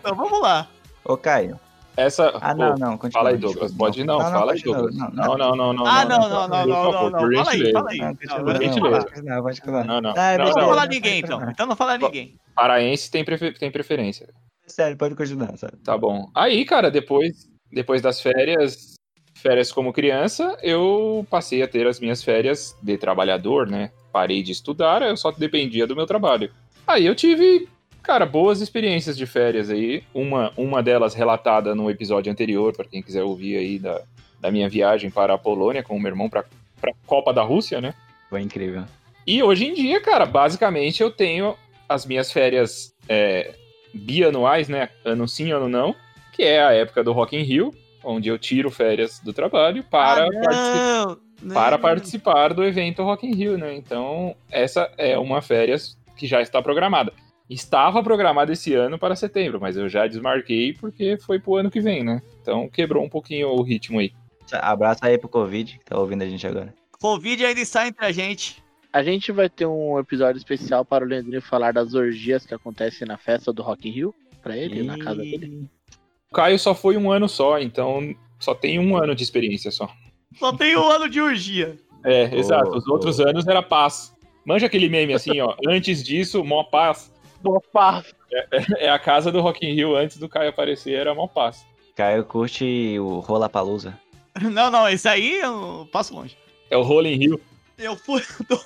Speaker 4: então vamos lá.
Speaker 5: Ô, Caio,
Speaker 2: Essa.
Speaker 5: Ah,
Speaker 2: pô,
Speaker 5: não, não, continua.
Speaker 2: Fala aí,
Speaker 5: desculpa.
Speaker 2: Douglas. Pode não, fala aí,
Speaker 5: continua,
Speaker 2: Douglas.
Speaker 5: Não,
Speaker 2: Não, não, não, não.
Speaker 4: Ah, não, não, não,
Speaker 2: por
Speaker 4: não, não,
Speaker 2: favor,
Speaker 4: não.
Speaker 2: por
Speaker 4: Fala aí,
Speaker 2: gentileza.
Speaker 4: fala aí.
Speaker 5: Não,
Speaker 4: Não,
Speaker 5: continua,
Speaker 4: agora
Speaker 5: não,
Speaker 4: deixa
Speaker 2: Beleza.
Speaker 4: eu
Speaker 5: pode
Speaker 4: falar.
Speaker 5: continuar, pode continuar.
Speaker 2: Não, não.
Speaker 5: Ah, é
Speaker 4: Não vou
Speaker 5: besteira,
Speaker 4: falar
Speaker 5: não,
Speaker 4: ninguém,
Speaker 5: pode
Speaker 4: então.
Speaker 5: continuar.
Speaker 4: Então não falar ninguém.
Speaker 2: Paraense tem, prefe- tem preferência.
Speaker 5: Sério, pode continuar, sabe?
Speaker 2: Tá bom. Aí, cara, depois, depois das férias, férias como criança, eu passei a ter as minhas férias de trabalhador, né? Parei de estudar, eu só dependia do meu trabalho. Aí eu tive, cara, boas experiências de férias aí. Uma, uma delas relatada no episódio anterior, pra quem quiser ouvir aí da, da minha viagem para a Polônia com o meu irmão pra, pra Copa da Rússia, né?
Speaker 5: Foi incrível.
Speaker 2: E hoje em dia, cara, basicamente eu tenho as minhas férias é, bianuais, né? Ano sim, ano não, que é a época do Rock in Rio, onde eu tiro férias do trabalho para,
Speaker 4: Ah,
Speaker 2: partici-
Speaker 4: não, não.
Speaker 2: para participar do evento Rock in Rio, né? Então, essa é uma férias que já está programada. Estava programada esse ano para setembro, mas eu já desmarquei porque foi pro ano que vem, né? Então quebrou um pouquinho o ritmo aí.
Speaker 5: Abraço aí pro Covid, que tá ouvindo a gente agora.
Speaker 4: Covid ainda está entre a gente.
Speaker 3: A gente vai ter um episódio especial para o Leandrinho falar das orgias que acontecem na festa do Rock in Rio. Pra ele, na casa dele.
Speaker 2: O Caio só foi um ano só, então só tem um ano de experiência só.
Speaker 4: Só tem um ano de urgia.
Speaker 2: É,
Speaker 5: Ô,
Speaker 2: exato. Os
Speaker 5: ô.
Speaker 2: outros anos era paz. Manja aquele meme assim, [LAUGHS] ó. Antes disso, mó paz.
Speaker 3: Opa!
Speaker 2: É a casa do Rock in Rio antes do Caio aparecer, era mó paz.
Speaker 5: Caio curte o Rola Palusa.
Speaker 4: Não, não, esse aí eu passo longe.
Speaker 2: É o Rolling Rio.
Speaker 4: Eu fui [LAUGHS] do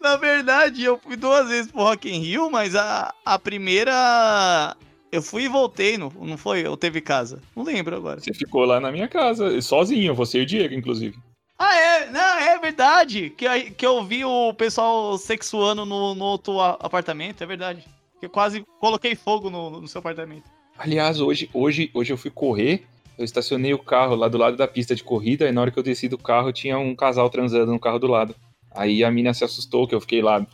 Speaker 4: Na verdade, eu fui duas vezes pro Rock in Rio, mas a, a primeira... Eu fui e voltei, não, não foi? Eu teve casa. Não lembro agora.
Speaker 2: Você ficou lá na minha casa, sozinho, você e o Diego, inclusive.
Speaker 4: Ah, é? Não, é verdade. Que, aí- que eu vi o pessoal sexuando no, no outro a- apartamento, é verdade. Que eu quase coloquei fogo no, no seu apartamento.
Speaker 2: Aliás, hoje, hoje, hoje eu fui correr, eu estacionei o carro lá do lado da pista de corrida, e na hora que eu desci do carro, tinha um casal transando no carro do lado. Aí a mina se assustou que eu fiquei lá.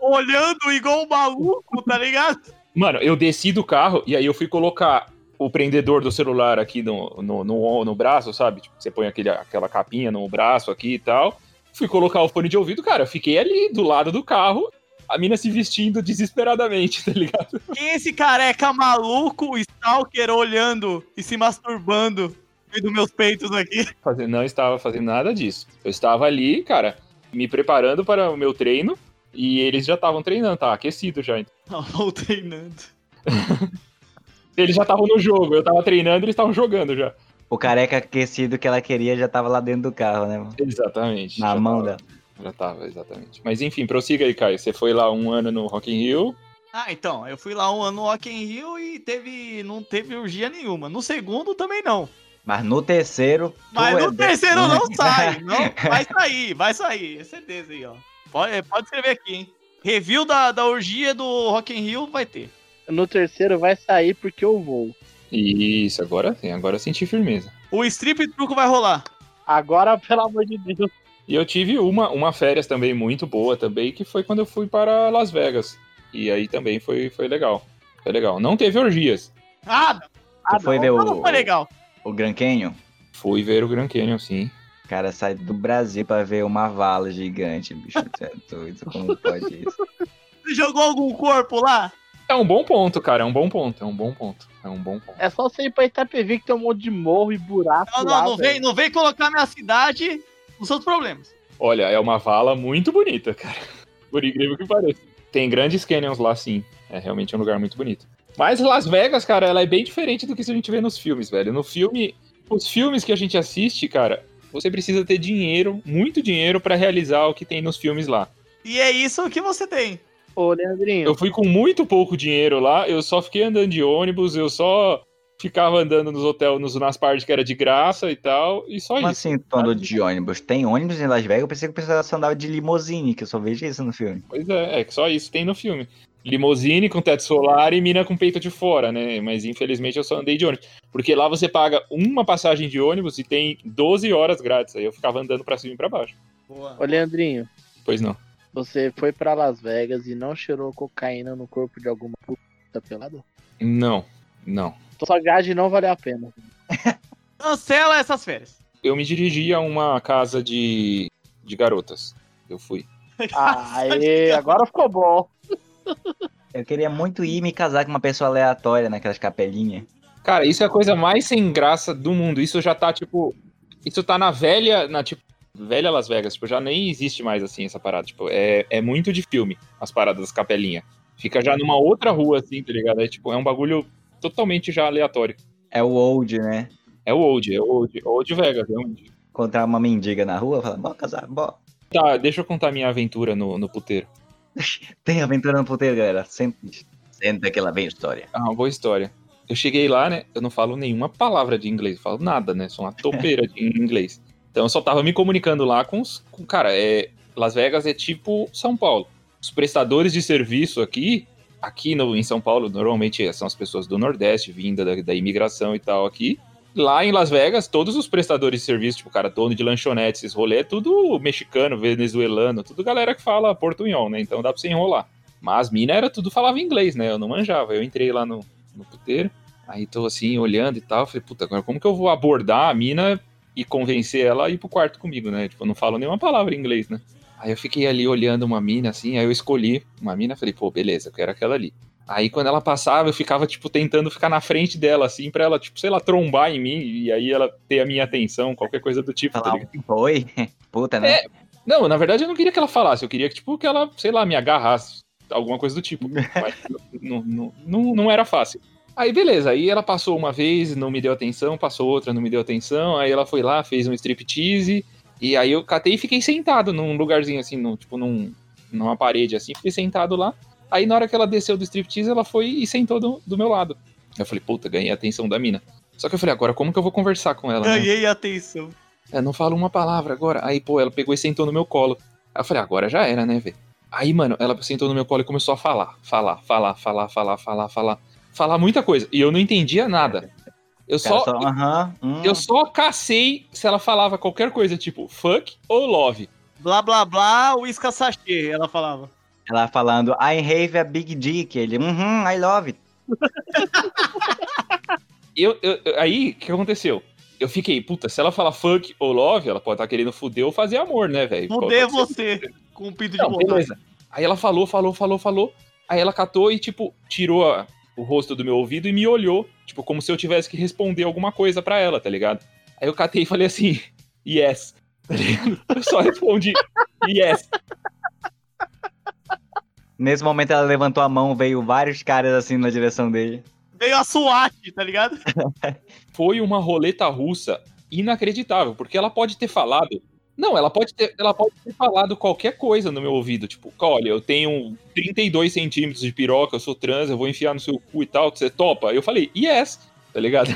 Speaker 4: Olhando igual um maluco, tá ligado?
Speaker 2: Mano, eu desci do carro e aí eu fui colocar o prendedor do celular aqui no, no, no, no braço, sabe? Tipo, você põe aquele, aquela capinha no braço aqui e tal. Fui colocar o fone de ouvido, cara. eu Fiquei ali do lado do carro, a mina se vestindo desesperadamente, [LAUGHS] tá ligado?
Speaker 4: Quem é esse careca maluco, o stalker, olhando e se masturbando no meio dos meus peitos aqui?
Speaker 2: Fazer- Não estava fazendo nada disso. Eu estava ali, cara, me preparando para o meu treino e eles já estavam treinando, tá aquecido já.
Speaker 4: [LAUGHS] Não, vou treinando.
Speaker 2: Eles já estavam no jogo, eu tava treinando, eles estavam jogando já.
Speaker 5: O careca aquecido que ela queria já tava lá dentro do carro, né? mano?
Speaker 2: Exatamente.
Speaker 5: Na
Speaker 2: já
Speaker 5: mão
Speaker 2: tava-
Speaker 5: dela.
Speaker 2: Já tava, exatamente. Mas enfim, prossiga aí, Caio. Você foi lá um ano no Rock in Rio.
Speaker 4: Ah, então, eu fui lá um ano no Rock in Rio e teve, não teve urgia nenhuma. No segundo também não.
Speaker 5: Mas no terceiro. tu
Speaker 4: Mas
Speaker 5: é
Speaker 4: no
Speaker 5: doido.
Speaker 4: terceiro
Speaker 5: [LAUGHS]
Speaker 4: não sai. Não, vai sair, vai sair. É certeza aí, ó. Pode, pode escrever aqui, hein? Review da, da orgia do Rock in Rio vai ter.
Speaker 3: No terceiro vai sair porque eu vou.
Speaker 2: Isso, agora sim, agora eu senti firmeza.
Speaker 4: O strip truco vai rolar.
Speaker 3: Agora, pelo amor de Deus.
Speaker 2: E eu tive uma, uma férias também muito boa também, que foi quando eu fui para Las Vegas. E aí também foi, foi legal. Foi legal. Não teve orgias.
Speaker 4: Ah, não,
Speaker 5: Tu foi
Speaker 3: não,
Speaker 5: ver
Speaker 4: não
Speaker 5: o,
Speaker 4: foi legal.
Speaker 5: o Grand Canyon?
Speaker 2: Fui ver o Grand Canyon, sim.
Speaker 5: O cara sai do Brasil pra ver uma vala gigante, bicho. Tu é doido, como pode isso?
Speaker 4: Você jogou algum corpo lá?
Speaker 2: É um bom ponto, cara. É um bom ponto. É um bom ponto. É um bom ponto.
Speaker 3: É só você ir pra Itapevi que tem um monte de morro e buraco.
Speaker 4: Não,
Speaker 3: lá,
Speaker 4: não, não vem,
Speaker 3: velho.
Speaker 4: não vem colocar minha cidade nos seus problemas.
Speaker 2: Olha, é uma vala muito bonita, cara. [LAUGHS] Por incrível que pareça. Tem grandes canyons lá, sim. É realmente um lugar muito bonito. Mas Las Vegas, cara, ela é bem diferente do que a gente vê nos filmes, velho. No filme, os filmes que a gente assiste, cara, você precisa ter dinheiro, muito dinheiro, pra realizar o que tem nos filmes lá.
Speaker 4: E é isso que você tem.
Speaker 3: Ô, Leandrinho,
Speaker 2: Eu fui com muito pouco dinheiro lá, eu só fiquei andando de ônibus, eu só ficava andando nos hotéis, nos- nas partes que era de graça e tal, e só
Speaker 5: Como
Speaker 2: isso.
Speaker 5: assim, tu andou de ônibus? Tem ônibus em Las Vegas? Eu pensei que o pessoal só andava de limusine, que eu só vejo isso no filme.
Speaker 2: Pois é, é que só isso tem no filme. Limousine com teto solar e mina com peito de fora, né? Mas infelizmente eu só andei de ônibus. Porque lá você paga uma passagem de ônibus e tem 12 horas grátis. Aí eu ficava andando pra cima e pra baixo.
Speaker 4: Boa.
Speaker 3: ô, Leandrinho,
Speaker 2: Pois não.
Speaker 3: você foi pra Las Vegas e não cheirou cocaína no corpo de alguma puta pelada?
Speaker 2: Não, não.
Speaker 3: Então, Sua viagem não valeu a pena.
Speaker 4: Cancela essas férias.
Speaker 2: Eu me dirigi a uma casa de, de garotas. Eu fui.
Speaker 3: Aê, agora ficou bom.
Speaker 5: Eu queria muito ir me casar com uma pessoa aleatória naquelas capelinhas.
Speaker 2: Cara, isso é a coisa mais sem graça do mundo. Isso já tá, tipo. Isso tá na velha. Na, tipo, velha Las Vegas. Tipo, já nem existe mais assim essa parada. Tipo, é, é muito de filme as paradas das capelinhas. Fica já numa outra rua, assim, tá ligado? É tipo, é um bagulho totalmente já aleatório.
Speaker 5: É o old, né?
Speaker 2: É o Old, é o Old. Old Vegas, é onde.
Speaker 5: Encontrar uma mendiga na rua, falar, bora casar, bora.
Speaker 2: Tá, deixa eu contar minha aventura no, no puteiro.
Speaker 5: Tem aventura no puteiro, galera. Senta, senta que lá vem história.
Speaker 2: Ah, uma boa história. Eu cheguei lá, né? Eu não falo nenhuma palavra de inglês, eu falo nada, né? Sou uma topeira de inglês. Então eu só tava me comunicando lá com os. Com, cara, é, Las Vegas é tipo São Paulo. Os prestadores de serviço aqui, aqui no, em São Paulo, normalmente são as pessoas do Nordeste, vinda da, da imigração e tal aqui. Lá em Las Vegas, todos os prestadores de serviço, tipo, cara, dono de lanchonete, esses rolê, é tudo mexicano, venezuelano, tudo galera que fala portunhol, né? Então dá pra você enrolar. Mas mina era tudo falava inglês, né? Eu não manjava. Eu entrei lá no, no puteiro, aí tô assim, olhando e tal. Falei, puta, agora como que eu vou abordar a mina e convencer ela a ir pro quarto comigo, né? Tipo, eu não falo nenhuma palavra em inglês, né? Aí eu fiquei ali olhando uma mina, assim, aí eu escolhi uma mina, falei, pô, beleza, eu quero aquela ali. Aí quando ela passava, eu ficava, tipo, tentando ficar na frente dela, assim, pra ela, tipo, sei lá, trombar em mim, e aí ela ter a minha atenção, qualquer coisa do tipo, tá
Speaker 5: Falar,
Speaker 2: ligado?
Speaker 5: "Ah, oi? [LAUGHS] Puta, né?
Speaker 2: É. Não, na verdade eu não queria que ela falasse, eu queria que, tipo, que ela, sei lá, me agarrasse, alguma coisa do tipo. Mas não, não, não, não era fácil. Aí beleza, aí ela passou uma vez, não me deu atenção, passou outra, não me deu atenção, aí ela foi lá, fez um striptease, e aí eu catei e fiquei sentado num lugarzinho assim, num, tipo num, numa parede assim, fiquei sentado lá. Aí na hora que ela desceu do striptease, ela foi e sentou do, do meu lado. Eu falei, puta, ganhei a atenção da mina. Só que eu falei, agora como que eu vou conversar com ela? né?
Speaker 4: Ganhei atenção.
Speaker 2: Eu É, não falo uma palavra agora. Aí, pô, ela pegou e sentou no meu colo. Aí eu falei, agora já era, né, velho? Aí, mano, ela sentou no meu colo e começou a falar, falar, falar, falar, falar, falar, falar. Falar muita coisa. E eu não entendia nada. Eu
Speaker 5: Cara,
Speaker 2: só,
Speaker 5: só, aham, hum.
Speaker 2: eu só cacei se ela falava qualquer coisa, tipo fuck ou love.
Speaker 4: Blá blá blá, uísca sachê, ela falava.
Speaker 5: Ela falando, I have a big dick. Ele, uhum, I love it.
Speaker 2: Eu, eu- eu- aí, o que aconteceu? Eu fiquei, puta, se ela falar fuck ou love, ela pode estar querendo fuder ou fazer amor, né, velho?
Speaker 4: Mudei
Speaker 2: Pode ser-
Speaker 4: você com o pinto de
Speaker 2: Não,
Speaker 4: borracha.
Speaker 2: beleza. Aí ela falou, falou, falou, falou. Aí ela catou e, tipo, tirou a- o rosto do meu ouvido e me olhou, tipo, como se eu tivesse que responder alguma coisa pra ela, tá ligado? Aí eu catei e falei assim, [LAUGHS] yes. Tá ligado? Eu só respondi, [LAUGHS] yes.
Speaker 5: Nesse momento ela levantou a mão, veio vários caras assim na direção dele.
Speaker 4: Veio a SWAT, tá ligado? [LAUGHS]
Speaker 2: Foi uma roleta russa inacreditável, porque ela pode ter falado. Não, ela pode ter, ela pode ter falado qualquer coisa no meu ouvido. Tipo, olha, eu tenho 32 centímetros de piroca, eu sou trans, eu vou enfiar no seu cu e tal, você topa? Eu falei, yes, tá ligado?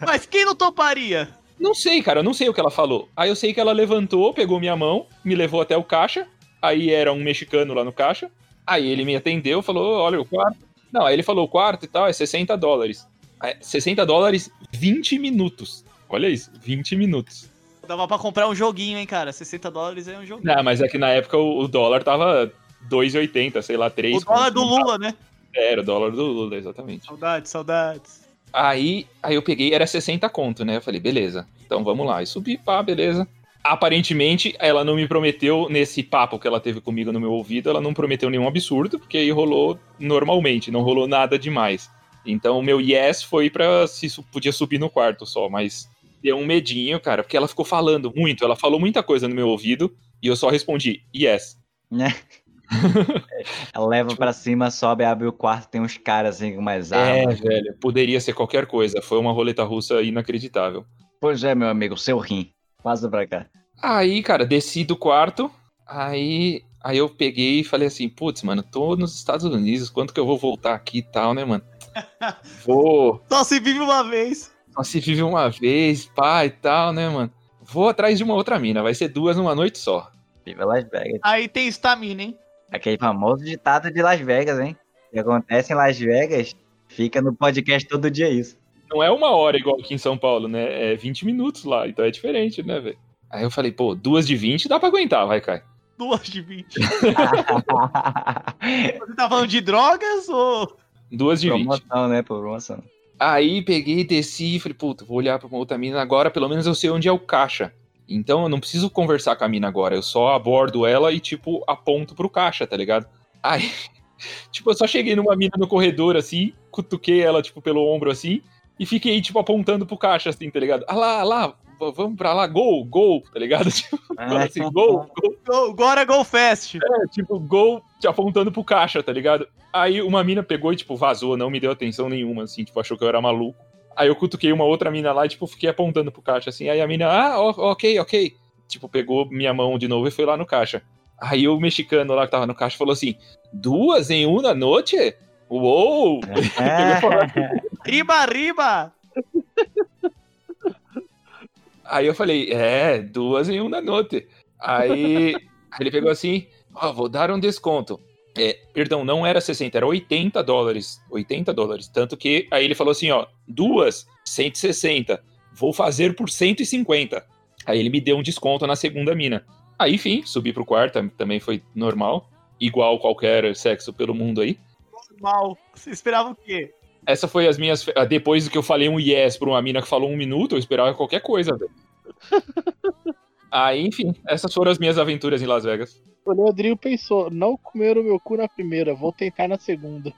Speaker 4: Mas quem não toparia?
Speaker 2: Não sei, cara, eu não sei o que ela falou. Aí eu sei que ela levantou, pegou minha mão, me levou até o caixa. Aí era um mexicano lá no caixa. Aí ele me atendeu, falou: olha, o quarto. Não, aí ele falou: o quarto e tal é 60 dólares. Aí, 60 dólares, 20 minutos. Olha isso, 20 minutos.
Speaker 4: Dava pra comprar um joguinho, hein, cara. 60 dólares é um joguinho.
Speaker 2: Não, mas é que na época o, o dólar tava 2,80, sei lá, 3.
Speaker 4: o dólar do Lula, né?
Speaker 2: Era, o dólar do Lula, exatamente.
Speaker 4: Saudades, saudades.
Speaker 2: Aí, aí eu peguei, era 60 conto, né? Eu falei, beleza, então vamos lá. E subi, pá, beleza. Aparentemente, ela não me prometeu, nesse papo que ela teve comigo no meu ouvido, ela não prometeu nenhum absurdo, porque aí rolou normalmente, não rolou nada demais. Então, o meu yes foi pra se su- podia subir no quarto só, mas deu um medinho, cara, porque ela ficou falando muito, ela falou muita coisa no meu ouvido, e eu só respondi, yes.
Speaker 5: Ela leva pra cima, sobe, abre o quarto, tem uns caras assim com umas
Speaker 2: É,
Speaker 5: armas.
Speaker 2: velho, poderia ser qualquer coisa, foi uma roleta russa inacreditável.
Speaker 5: Pois é, meu amigo, seu rim. Passa pra cá.
Speaker 2: Aí, cara, desci do quarto. Aí, aí eu peguei e falei assim: putz, mano, tô nos Estados Unidos, quanto que eu vou voltar aqui e tal, né, mano? Vou.
Speaker 4: Só se vive uma vez.
Speaker 2: Só se vive uma vez, pá e tal, né, mano? Vou atrás de uma outra mina, vai ser duas numa noite só.
Speaker 5: Viva Las Vegas.
Speaker 4: Aí tem estamina, hein?
Speaker 5: Aquele famoso ditado de Las Vegas, hein? O que acontece em Las Vegas, fica no podcast todo dia isso.
Speaker 2: [LAUGHS] Não é uma hora igual aqui em São Paulo, né? É 20 minutos lá, então é diferente, né, velho? Aí eu falei, pô, duas de 20 dá pra aguentar, vai, Kai.
Speaker 4: Duas
Speaker 2: [LAUGHS]
Speaker 4: de 20. Você tá falando de drogas ou.
Speaker 2: Duas de 20.
Speaker 5: promoção, né? Promoção.
Speaker 2: Aí peguei, desci e falei, puta, vou olhar pra uma outra mina agora, pelo menos eu sei onde é o caixa. Então eu não preciso conversar com a mina agora, eu só abordo ela e, tipo, aponto pro caixa, tá ligado? Aí, [LAUGHS] Tipo, eu só cheguei numa mina no corredor, assim, cutuquei ela, tipo, pelo ombro, assim, e fiquei, tipo, apontando pro caixa, assim, tá ligado? Ah lá, ah lá, v- vamos pra lá, gol, gol, tá ligado? [LAUGHS] Tipo, falando assim, gol, gol,
Speaker 4: Go- Agora Go Fest.
Speaker 2: é, tipo, gol, te apontando pro caixa, tá ligado? Aí uma mina pegou e, tipo, vazou, não me deu atenção nenhuma, assim, tipo, achou que eu era maluco. Aí eu cutuquei uma outra mina lá e, tipo, fiquei apontando pro caixa, assim. Aí a mina, ah, ó- ok, ok. Tipo, pegou minha mão de novo e foi lá no caixa. Aí o mexicano lá que tava no caixa falou assim: duas em uma noite? Uou! Pegou e
Speaker 5: É.
Speaker 2: falou
Speaker 4: Riba, riba.
Speaker 2: Aí eu falei, é, duas em um da noite. Aí aí ele pegou assim, ó, vou dar um desconto. É, perdão, não era 60, era 80 dólares. 80 dólares. Tanto que aí ele falou assim, ó, duas, 160. Vou fazer por 150. Aí ele me deu um desconto na segunda mina. Aí, enfim, subi pro quarto, tam- também foi normal. Igual qualquer sexo pelo mundo aí.
Speaker 4: Mal. Você esperava o quê?
Speaker 2: Essa foi as minhas. fe- ah, Depois que eu falei um yes pra uma mina que falou um minuto, eu esperava qualquer coisa, velho. Aí, enfim, essas foram as minhas aventuras em Las Vegas.
Speaker 3: O Leandrinho pensou, não comeram meu cu na primeira, vou tentar na segunda.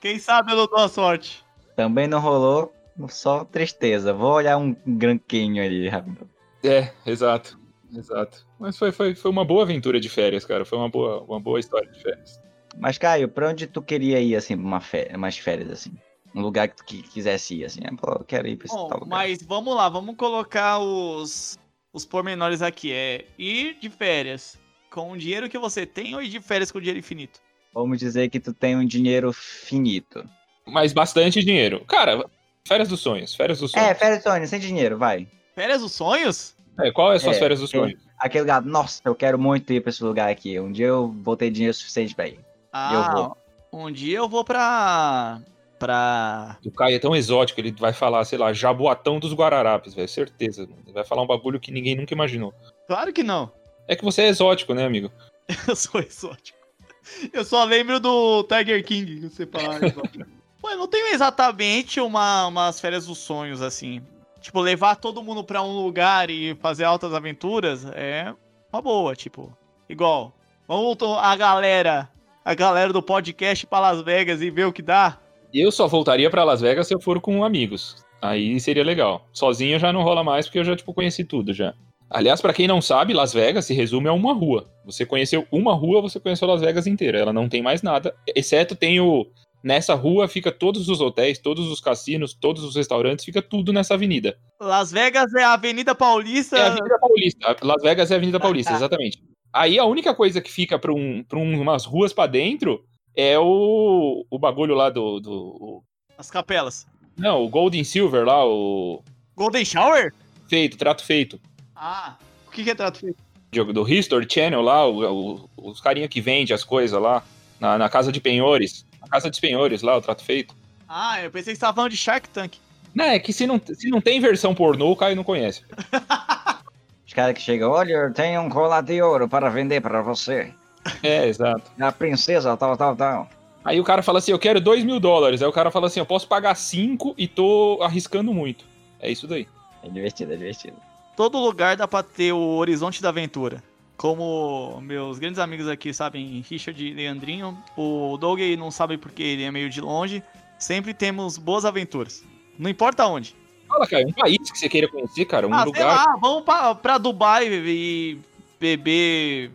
Speaker 4: Quem sabe eu não dou a sorte.
Speaker 5: Também não rolou, só tristeza. Vou olhar um granquinho ali rápido.
Speaker 2: É, exato. Exato. Mas foi, foi, foi uma boa aventura de férias, cara. Foi uma boa, uma boa história de férias.
Speaker 5: Mas, Caio, pra onde tu queria ir, assim, pra uma fé- umas férias, assim? Um lugar que tu qui- quisesse ir, assim. né? Pô, eu quero ir pra esse tal
Speaker 4: Bom,
Speaker 5: lugar.
Speaker 4: mas vamos lá, vamos colocar os, os pormenores aqui. É ir de férias com o dinheiro que você tem ou ir de férias com o dinheiro infinito?
Speaker 5: Vamos dizer que tu tem um dinheiro finito.
Speaker 2: Mas bastante dinheiro. Cara, férias dos sonhos. Férias dos
Speaker 5: É,
Speaker 2: sonhos.
Speaker 5: férias, Tony, sem dinheiro, vai.
Speaker 4: Férias dos sonhos?
Speaker 2: É, qual é as suas
Speaker 5: É,
Speaker 2: férias dos
Speaker 5: é.
Speaker 2: sonhos?
Speaker 5: Aquele lugar, nossa, eu quero muito ir pra esse lugar aqui. Um dia eu vou ter dinheiro suficiente pra ir.
Speaker 4: Ah, um dia eu vou pra. pra.
Speaker 2: O Caio é tão exótico, ele vai falar, sei lá, Jaboatão dos Guararapes, velho. Certeza, mano. Ele vai falar um bagulho que ninguém nunca imaginou.
Speaker 4: Claro que não.
Speaker 2: É que você é exótico, né, amigo?
Speaker 4: [LAUGHS] Eu sou exótico. Eu só lembro do Tiger King que você falava. exótico. [LAUGHS] Pô, eu não tenho exatamente uma, umas férias dos sonhos, assim. Tipo, levar todo mundo pra um lugar e fazer altas aventuras é uma boa, tipo. Igual, vamos voltar a galera, a galera do podcast pra Las Vegas e ver o que dá.
Speaker 2: Eu só voltaria pra Las Vegas se eu for com amigos. Aí seria legal. Sozinho já não rola mais, porque eu já, tipo, conheci tudo já. Aliás, pra quem não sabe, Las Vegas se resume a uma rua. Você conheceu uma rua, você conheceu Las Vegas inteira. Ela não tem mais nada, exceto tem o... Nessa rua fica todos os hotéis, todos os cassinos, todos os restaurantes, fica tudo nessa avenida.
Speaker 4: Las Vegas é a Avenida Paulista.
Speaker 2: É a Avenida Paulista. A- Las Vegas é a Avenida Paulista, exatamente. Aí a única coisa que fica pra, um, pra um- umas ruas pra dentro é o, o bagulho lá do, do. o-
Speaker 4: As capelas.
Speaker 2: Não, o Golden Silver lá, o.
Speaker 4: Golden Shower?
Speaker 2: Feito, trato feito.
Speaker 4: Ah, o que, que é trato feito?
Speaker 2: Jogo Do History Channel lá, o- o- os carinha que vende as coisas lá. Na, na casa de penhores. Na casa dos penhores lá, o trato feito.
Speaker 4: Ah, eu pensei que você tava falando de Shark Tank.
Speaker 2: Não, é que se não, se não tem versão pornô, o Caio não conhece.
Speaker 5: Os caras que chegam, olha, eu tenho um colar de ouro para vender pra você.
Speaker 2: É, exato.
Speaker 5: A princesa, tal, tal, tal.
Speaker 2: Aí o cara fala assim, eu quero 2 mil dólares. Aí o cara fala assim, eu posso pagar 5 e tô arriscando muito. É isso daí.
Speaker 5: É divertido, é divertido.
Speaker 4: todo lugar dá pra ter o horizonte da aventura. Como meus grandes amigos aqui sabem, Richard e Leandrinho, o Doug não sabe porque ele é meio de longe. Sempre temos boas aventuras. Não importa onde.
Speaker 2: Fala, cara, um país que você queira conhecer, cara, um
Speaker 4: ah, sei
Speaker 2: lugar.
Speaker 4: lá, vamos pra, pra Dubai e beber.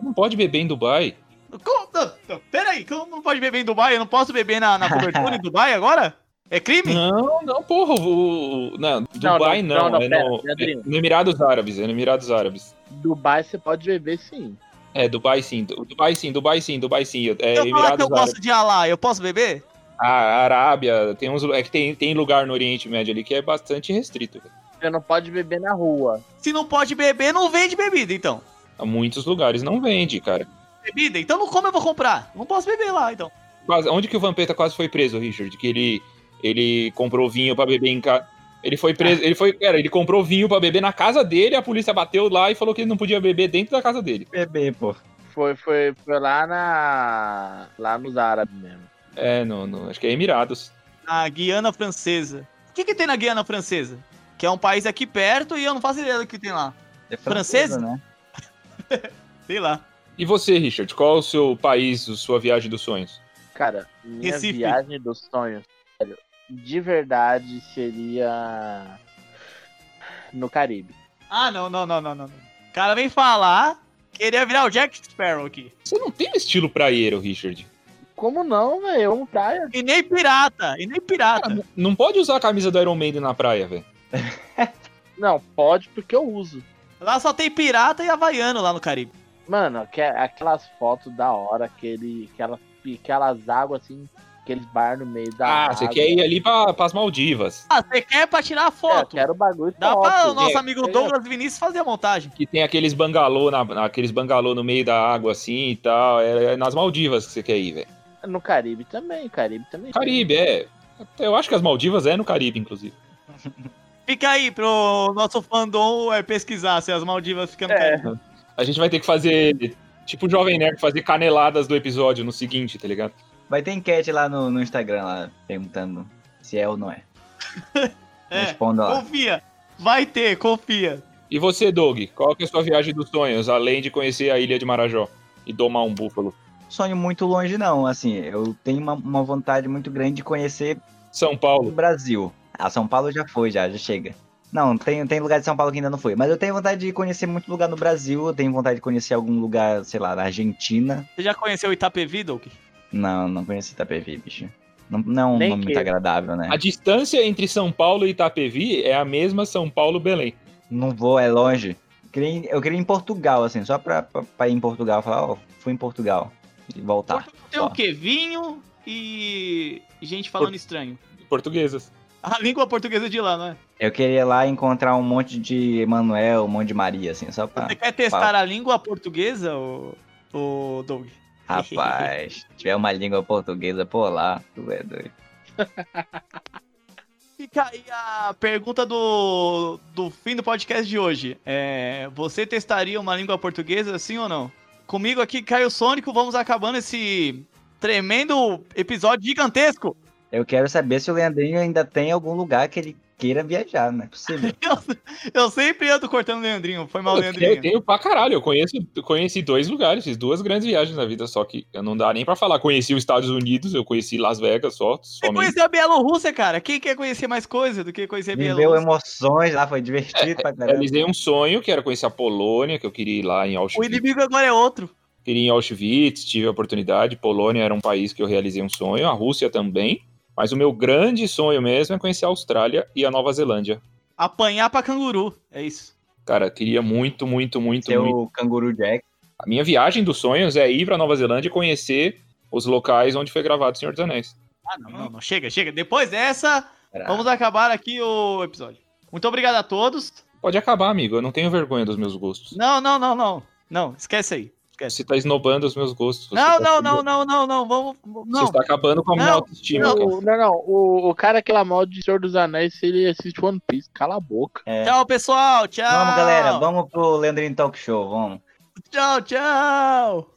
Speaker 2: Não pode beber em Dubai.
Speaker 4: Como- não, não, Peraí, como não pode beber em Dubai? Eu não posso beber na, na
Speaker 2: [LAUGHS]
Speaker 4: cobertura em Dubai agora? É crime?
Speaker 2: Não, não, porra. O, o- não, Dubai não.
Speaker 6: não, não,
Speaker 2: é
Speaker 6: pera,
Speaker 2: no,
Speaker 6: Leandrinho.
Speaker 2: é no Emirados Árabes, é no Emirados Árabes.
Speaker 3: Dubai você pode beber sim.
Speaker 2: É, Dubai sim, Du- Dubai sim, Dubai sim, Dubai sim. É
Speaker 4: Se eu falar que
Speaker 2: Emirados
Speaker 4: eu
Speaker 2: Árabes.
Speaker 4: gosto de Alá, eu posso beber?
Speaker 2: A Arábia, tem uns. É que tem, tem lugar no Oriente Médio ali que é bastante restrito. velho.
Speaker 6: Você não pode beber na rua.
Speaker 4: Se não pode beber, não vende bebida, então.
Speaker 2: Muitos lugares não vende, cara.
Speaker 4: Bebida? Então não como eu vou comprar? Não posso beber lá, então.
Speaker 2: Quase- onde que o Vampeta quase foi preso, Richard? Que ele, ele comprou vinho pra beber em casa. Ele foi preso, ele foi, cara, ele comprou vinho pra beber na casa dele, a polícia bateu lá e falou que ele não podia beber dentro da casa dele.
Speaker 5: Bebê, pô.
Speaker 6: Foi, foi, foi lá na. lá nos árabes mesmo.
Speaker 2: É, no, no- acho que é Emirados.
Speaker 4: Na Guiana Francesa. O que, que tem na Guiana Francesa? Que é um país aqui perto e eu não faço ideia do que tem lá.
Speaker 5: É
Speaker 4: Francesa?
Speaker 5: né?
Speaker 4: Sei lá.
Speaker 2: E você, Richard, qual é o seu país, a sua viagem dos sonhos?
Speaker 6: Cara, minha
Speaker 4: Recife.
Speaker 6: viagem dos sonhos, velho, de verdade seria no Caribe.
Speaker 4: Ah, não, não, não, não, não. O cara vem falar, queria virar o Jack Sparrow aqui.
Speaker 2: Você não tem um estilo praieiro, Richard.
Speaker 6: Como não, velho? Eu não praia.
Speaker 4: E nem pirata, e nem pirata.
Speaker 2: Cara, Não pode usar a camisa do Iron Maiden na praia, velho.
Speaker 6: Não, pode porque eu uso.
Speaker 4: Lá só tem pirata e havaiano lá no Caribe.
Speaker 6: Mano, aque- aquelas fotos da hora, aquele, aquelas, aquelas águas assim, aqueles bar no meio da
Speaker 2: Ah,
Speaker 3: Tá
Speaker 6: água.
Speaker 2: você quer ir ali pra, pras Maldivas,
Speaker 4: Ah, você quer pra tirar
Speaker 6: É, eu
Speaker 4: foto?
Speaker 6: quero bagulho
Speaker 4: Dá
Speaker 6: top.
Speaker 4: pra o nosso
Speaker 2: É,
Speaker 4: amigo
Speaker 6: é.
Speaker 4: Douglas Vinícius fazer a montagem.
Speaker 2: que tem aqueles bangalô, na, aqueles bangalô no meio da água assim e tal. É, é nas Maldivas que você quer ir, velho.
Speaker 6: No Caribe também, Caribe também.
Speaker 2: Caribe, é. Eu acho que as Maldivas é no Caribe, inclusive.
Speaker 4: Fica aí pro nosso fandom é, pesquisar se as Maldivas ficam no
Speaker 6: É.
Speaker 4: Caribe.
Speaker 2: A gente vai ter que fazer, tipo o Jovem Nerd, fazer caneladas do episódio no seguinte, tá ligado?
Speaker 5: Vai ter enquete lá no, no Instagram, lá, perguntando se é ou não é.
Speaker 4: É,
Speaker 5: Responda lá.
Speaker 4: confia. Vai ter, confia.
Speaker 2: E você, Doug, qual que é a sua viagem dos sonhos, além de conhecer a ilha de Marajó e domar um búfalo?
Speaker 5: Sonho muito longe, não. Assim, eu tenho uma, uma vontade muito grande de conhecer
Speaker 2: São
Speaker 5: o
Speaker 2: Paulo.
Speaker 5: Brasil. Ah, São Paulo já foi, já, já chega. Não, tem, tem lugar de São Paulo que ainda não foi. Mas eu tenho vontade de conhecer muito lugar no Brasil. Eu tenho vontade de conhecer algum lugar, sei lá, na Argentina.
Speaker 4: Você já conheceu o Itapevi, Doug?
Speaker 5: Não, não conheci Itapevi, bicho. Não, não é um
Speaker 6: Nem
Speaker 5: nome muito
Speaker 6: que-
Speaker 5: agradável, né?
Speaker 2: A distância entre São Paulo e Itapevi é a mesma São Paulo-Belém.
Speaker 5: Não vou, é longe. Queria ir- eu queria ir em Portugal, assim, só pra, pra, pra ir em Portugal. Falar, ó, fui em Portugal. E
Speaker 2: Tá,
Speaker 5: voltar.
Speaker 4: Tem
Speaker 5: só.
Speaker 4: o quê? Vinho e gente falando estranho. [LAUGHS]
Speaker 2: Portuguesas.
Speaker 4: A língua portuguesa de lá, não é?
Speaker 5: Eu queria ir lá encontrar um monte de Emanuel, um monte de Maria, assim, só
Speaker 2: Tá,
Speaker 5: pra.
Speaker 4: Você quer testar
Speaker 5: fala.
Speaker 4: a língua portuguesa, ô, ô Doug? [LAUGHS]
Speaker 5: Rapaz, se tiver uma língua portuguesa por lá, tu é doido.
Speaker 4: Fica aí a pergunta do, do fim do podcast de hoje. É, você testaria uma língua portuguesa, sim ou não? Comigo aqui, Caio Sônico, vamos acabando esse tremendo episódio gigantesco. [LAUGHS]
Speaker 5: Eu quero saber se o Leandrinho ainda tem algum lugar que ele queira viajar, não
Speaker 4: [LAUGHS]
Speaker 5: é possível.
Speaker 4: Eu, eu sempre ando cortando o Leandrinho, foi mal,
Speaker 2: Eu tenho, eu
Speaker 4: Leandrinho.
Speaker 2: tenho pra caralho. Eu conheço, eu conheci dois lugares, fiz duas grandes viagens na vida, só que eu não dá nem pra falar. Conheci os Estados Unidos, eu conheci Las Vegas só,
Speaker 4: Você
Speaker 2: somente.
Speaker 4: conheceu a Bielorrússia, cara? Quem quer conhecer mais coisa do que conhecer a
Speaker 5: Viveu
Speaker 2: é
Speaker 4: Bielorrússia?
Speaker 5: emoções lá, foi
Speaker 4: [LAUGHS]
Speaker 5: divertido
Speaker 4: É
Speaker 5: pra caramba.
Speaker 2: Realizei um sonho, que era conhecer a Polônia, que eu queria ir lá em
Speaker 4: O
Speaker 2: Auschwitz.
Speaker 4: inimigo agora é outro.
Speaker 2: Queria ir em Auschwitz, tive a oportunidade. Polônia era um país que eu realizei um sonho, a Rússia também. Mas o meu grande sonho mesmo é conhecer a Austrália e a Nova Zelândia.
Speaker 4: Apanhar pra canguru, é isso.
Speaker 2: Cara, queria muito, muito, muito,
Speaker 5: Seu
Speaker 2: muito.
Speaker 5: Canguru Jack.
Speaker 2: A minha viagem dos sonhos é ir pra Nova Zelândia e conhecer os locais onde foi gravado O Senhor dos Anéis.
Speaker 4: Ah, não, não, não. Chega, chega. Depois dessa,
Speaker 5: Era-
Speaker 4: vamos acabar aqui o episódio. Muito obrigado a todos.
Speaker 2: Pode acabar, amigo. Eu não tenho vergonha dos meus gostos.
Speaker 4: Não, não, não, não. Não, esquece aí.
Speaker 2: Você tá esnobando os meus gostos. Você tá-
Speaker 4: Não, não, não, não, não, não. Vamos.
Speaker 2: Você
Speaker 4: Não.
Speaker 2: está acabando com a minha
Speaker 4: Não,
Speaker 2: autoestima,
Speaker 6: Não,
Speaker 2: cara.
Speaker 6: o- não, não. O, o cara que é lá mal de Senhor dos Anéis, se ele assiste One Piece, cala a boca.
Speaker 5: É.
Speaker 4: Tchau, pessoal. Tchau.
Speaker 5: Vamos, galera, vamos pro Leandrinho Talk Show, vamos.
Speaker 4: Tchau, tchau.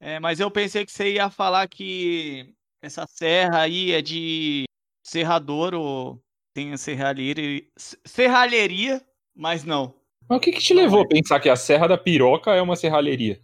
Speaker 4: É, mas eu pensei que você ia falar que essa serra aí é de serrador ou tem serralheira, serralheria, mas não.
Speaker 2: Mas o que, que te levou a pensar que a Serra da Piroca é uma serralheria?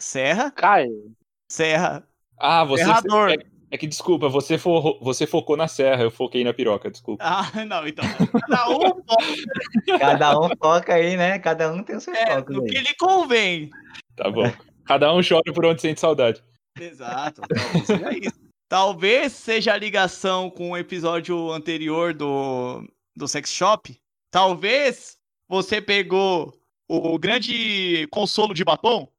Speaker 4: Serra,
Speaker 6: Caio,
Speaker 4: serra,
Speaker 2: Ah, você.
Speaker 4: serrador.
Speaker 2: É, é que desculpa, você, forro- você focou na serra, eu foquei na piroca, desculpa.
Speaker 4: Ah, não, então. Cada um foca [LAUGHS]
Speaker 5: Cada um toca aí, né? Cada um tem os seus focos
Speaker 4: é, no
Speaker 5: aí.
Speaker 4: que lhe convém.
Speaker 2: Tá
Speaker 4: É.
Speaker 2: bom. Cada um chora por onde sente saudade.
Speaker 4: Exato, talvez seja isso. Talvez seja a ligação com o episódio anterior do, do Sex Shop. Talvez você pegou o grande consolo de batom,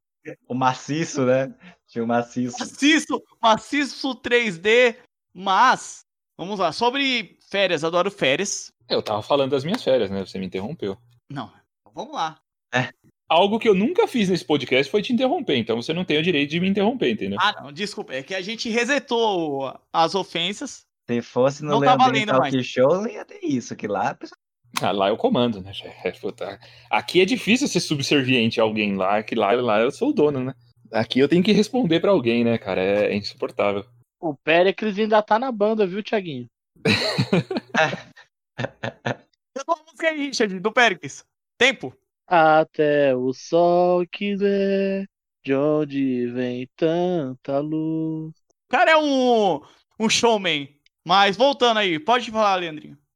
Speaker 5: O maciço, né? Tinha o maciço.
Speaker 4: maciço, maciço 3D, mas, vamos lá, sobre férias, adoro férias.
Speaker 2: Eu tava falando das minhas férias, né? Você me interrompeu.
Speaker 4: Não, vamos lá.
Speaker 2: Algo que eu nunca fiz nesse podcast foi te interromper, então você não tem o direito de me interromper, entendeu?
Speaker 4: Ah, não, desculpa, é que a gente resetou as ofensas.
Speaker 5: Se fosse no
Speaker 4: Não tá
Speaker 5: Leandrinho
Speaker 4: valendo
Speaker 5: Talk
Speaker 4: mais.
Speaker 5: Show, não ia ter isso, que lá a pessoa
Speaker 2: Ah, lá eu comando, né? chefe? Pô, tá. Aqui é difícil ser subserviente a alguém lá, que lá, lá eu sou o dono, né? Aqui eu tenho que responder pra alguém, né, cara? É, é insuportável.
Speaker 6: o Péricles ainda tá na banda, viu, Tiaguinho?
Speaker 4: Canta uma música aí, é Richard, do Pericles. Tempo.
Speaker 6: Até o sol quiser, de onde vem tanta luz?
Speaker 4: O cara é um, um showman. Mas voltando aí, pode falar, Leandrinho.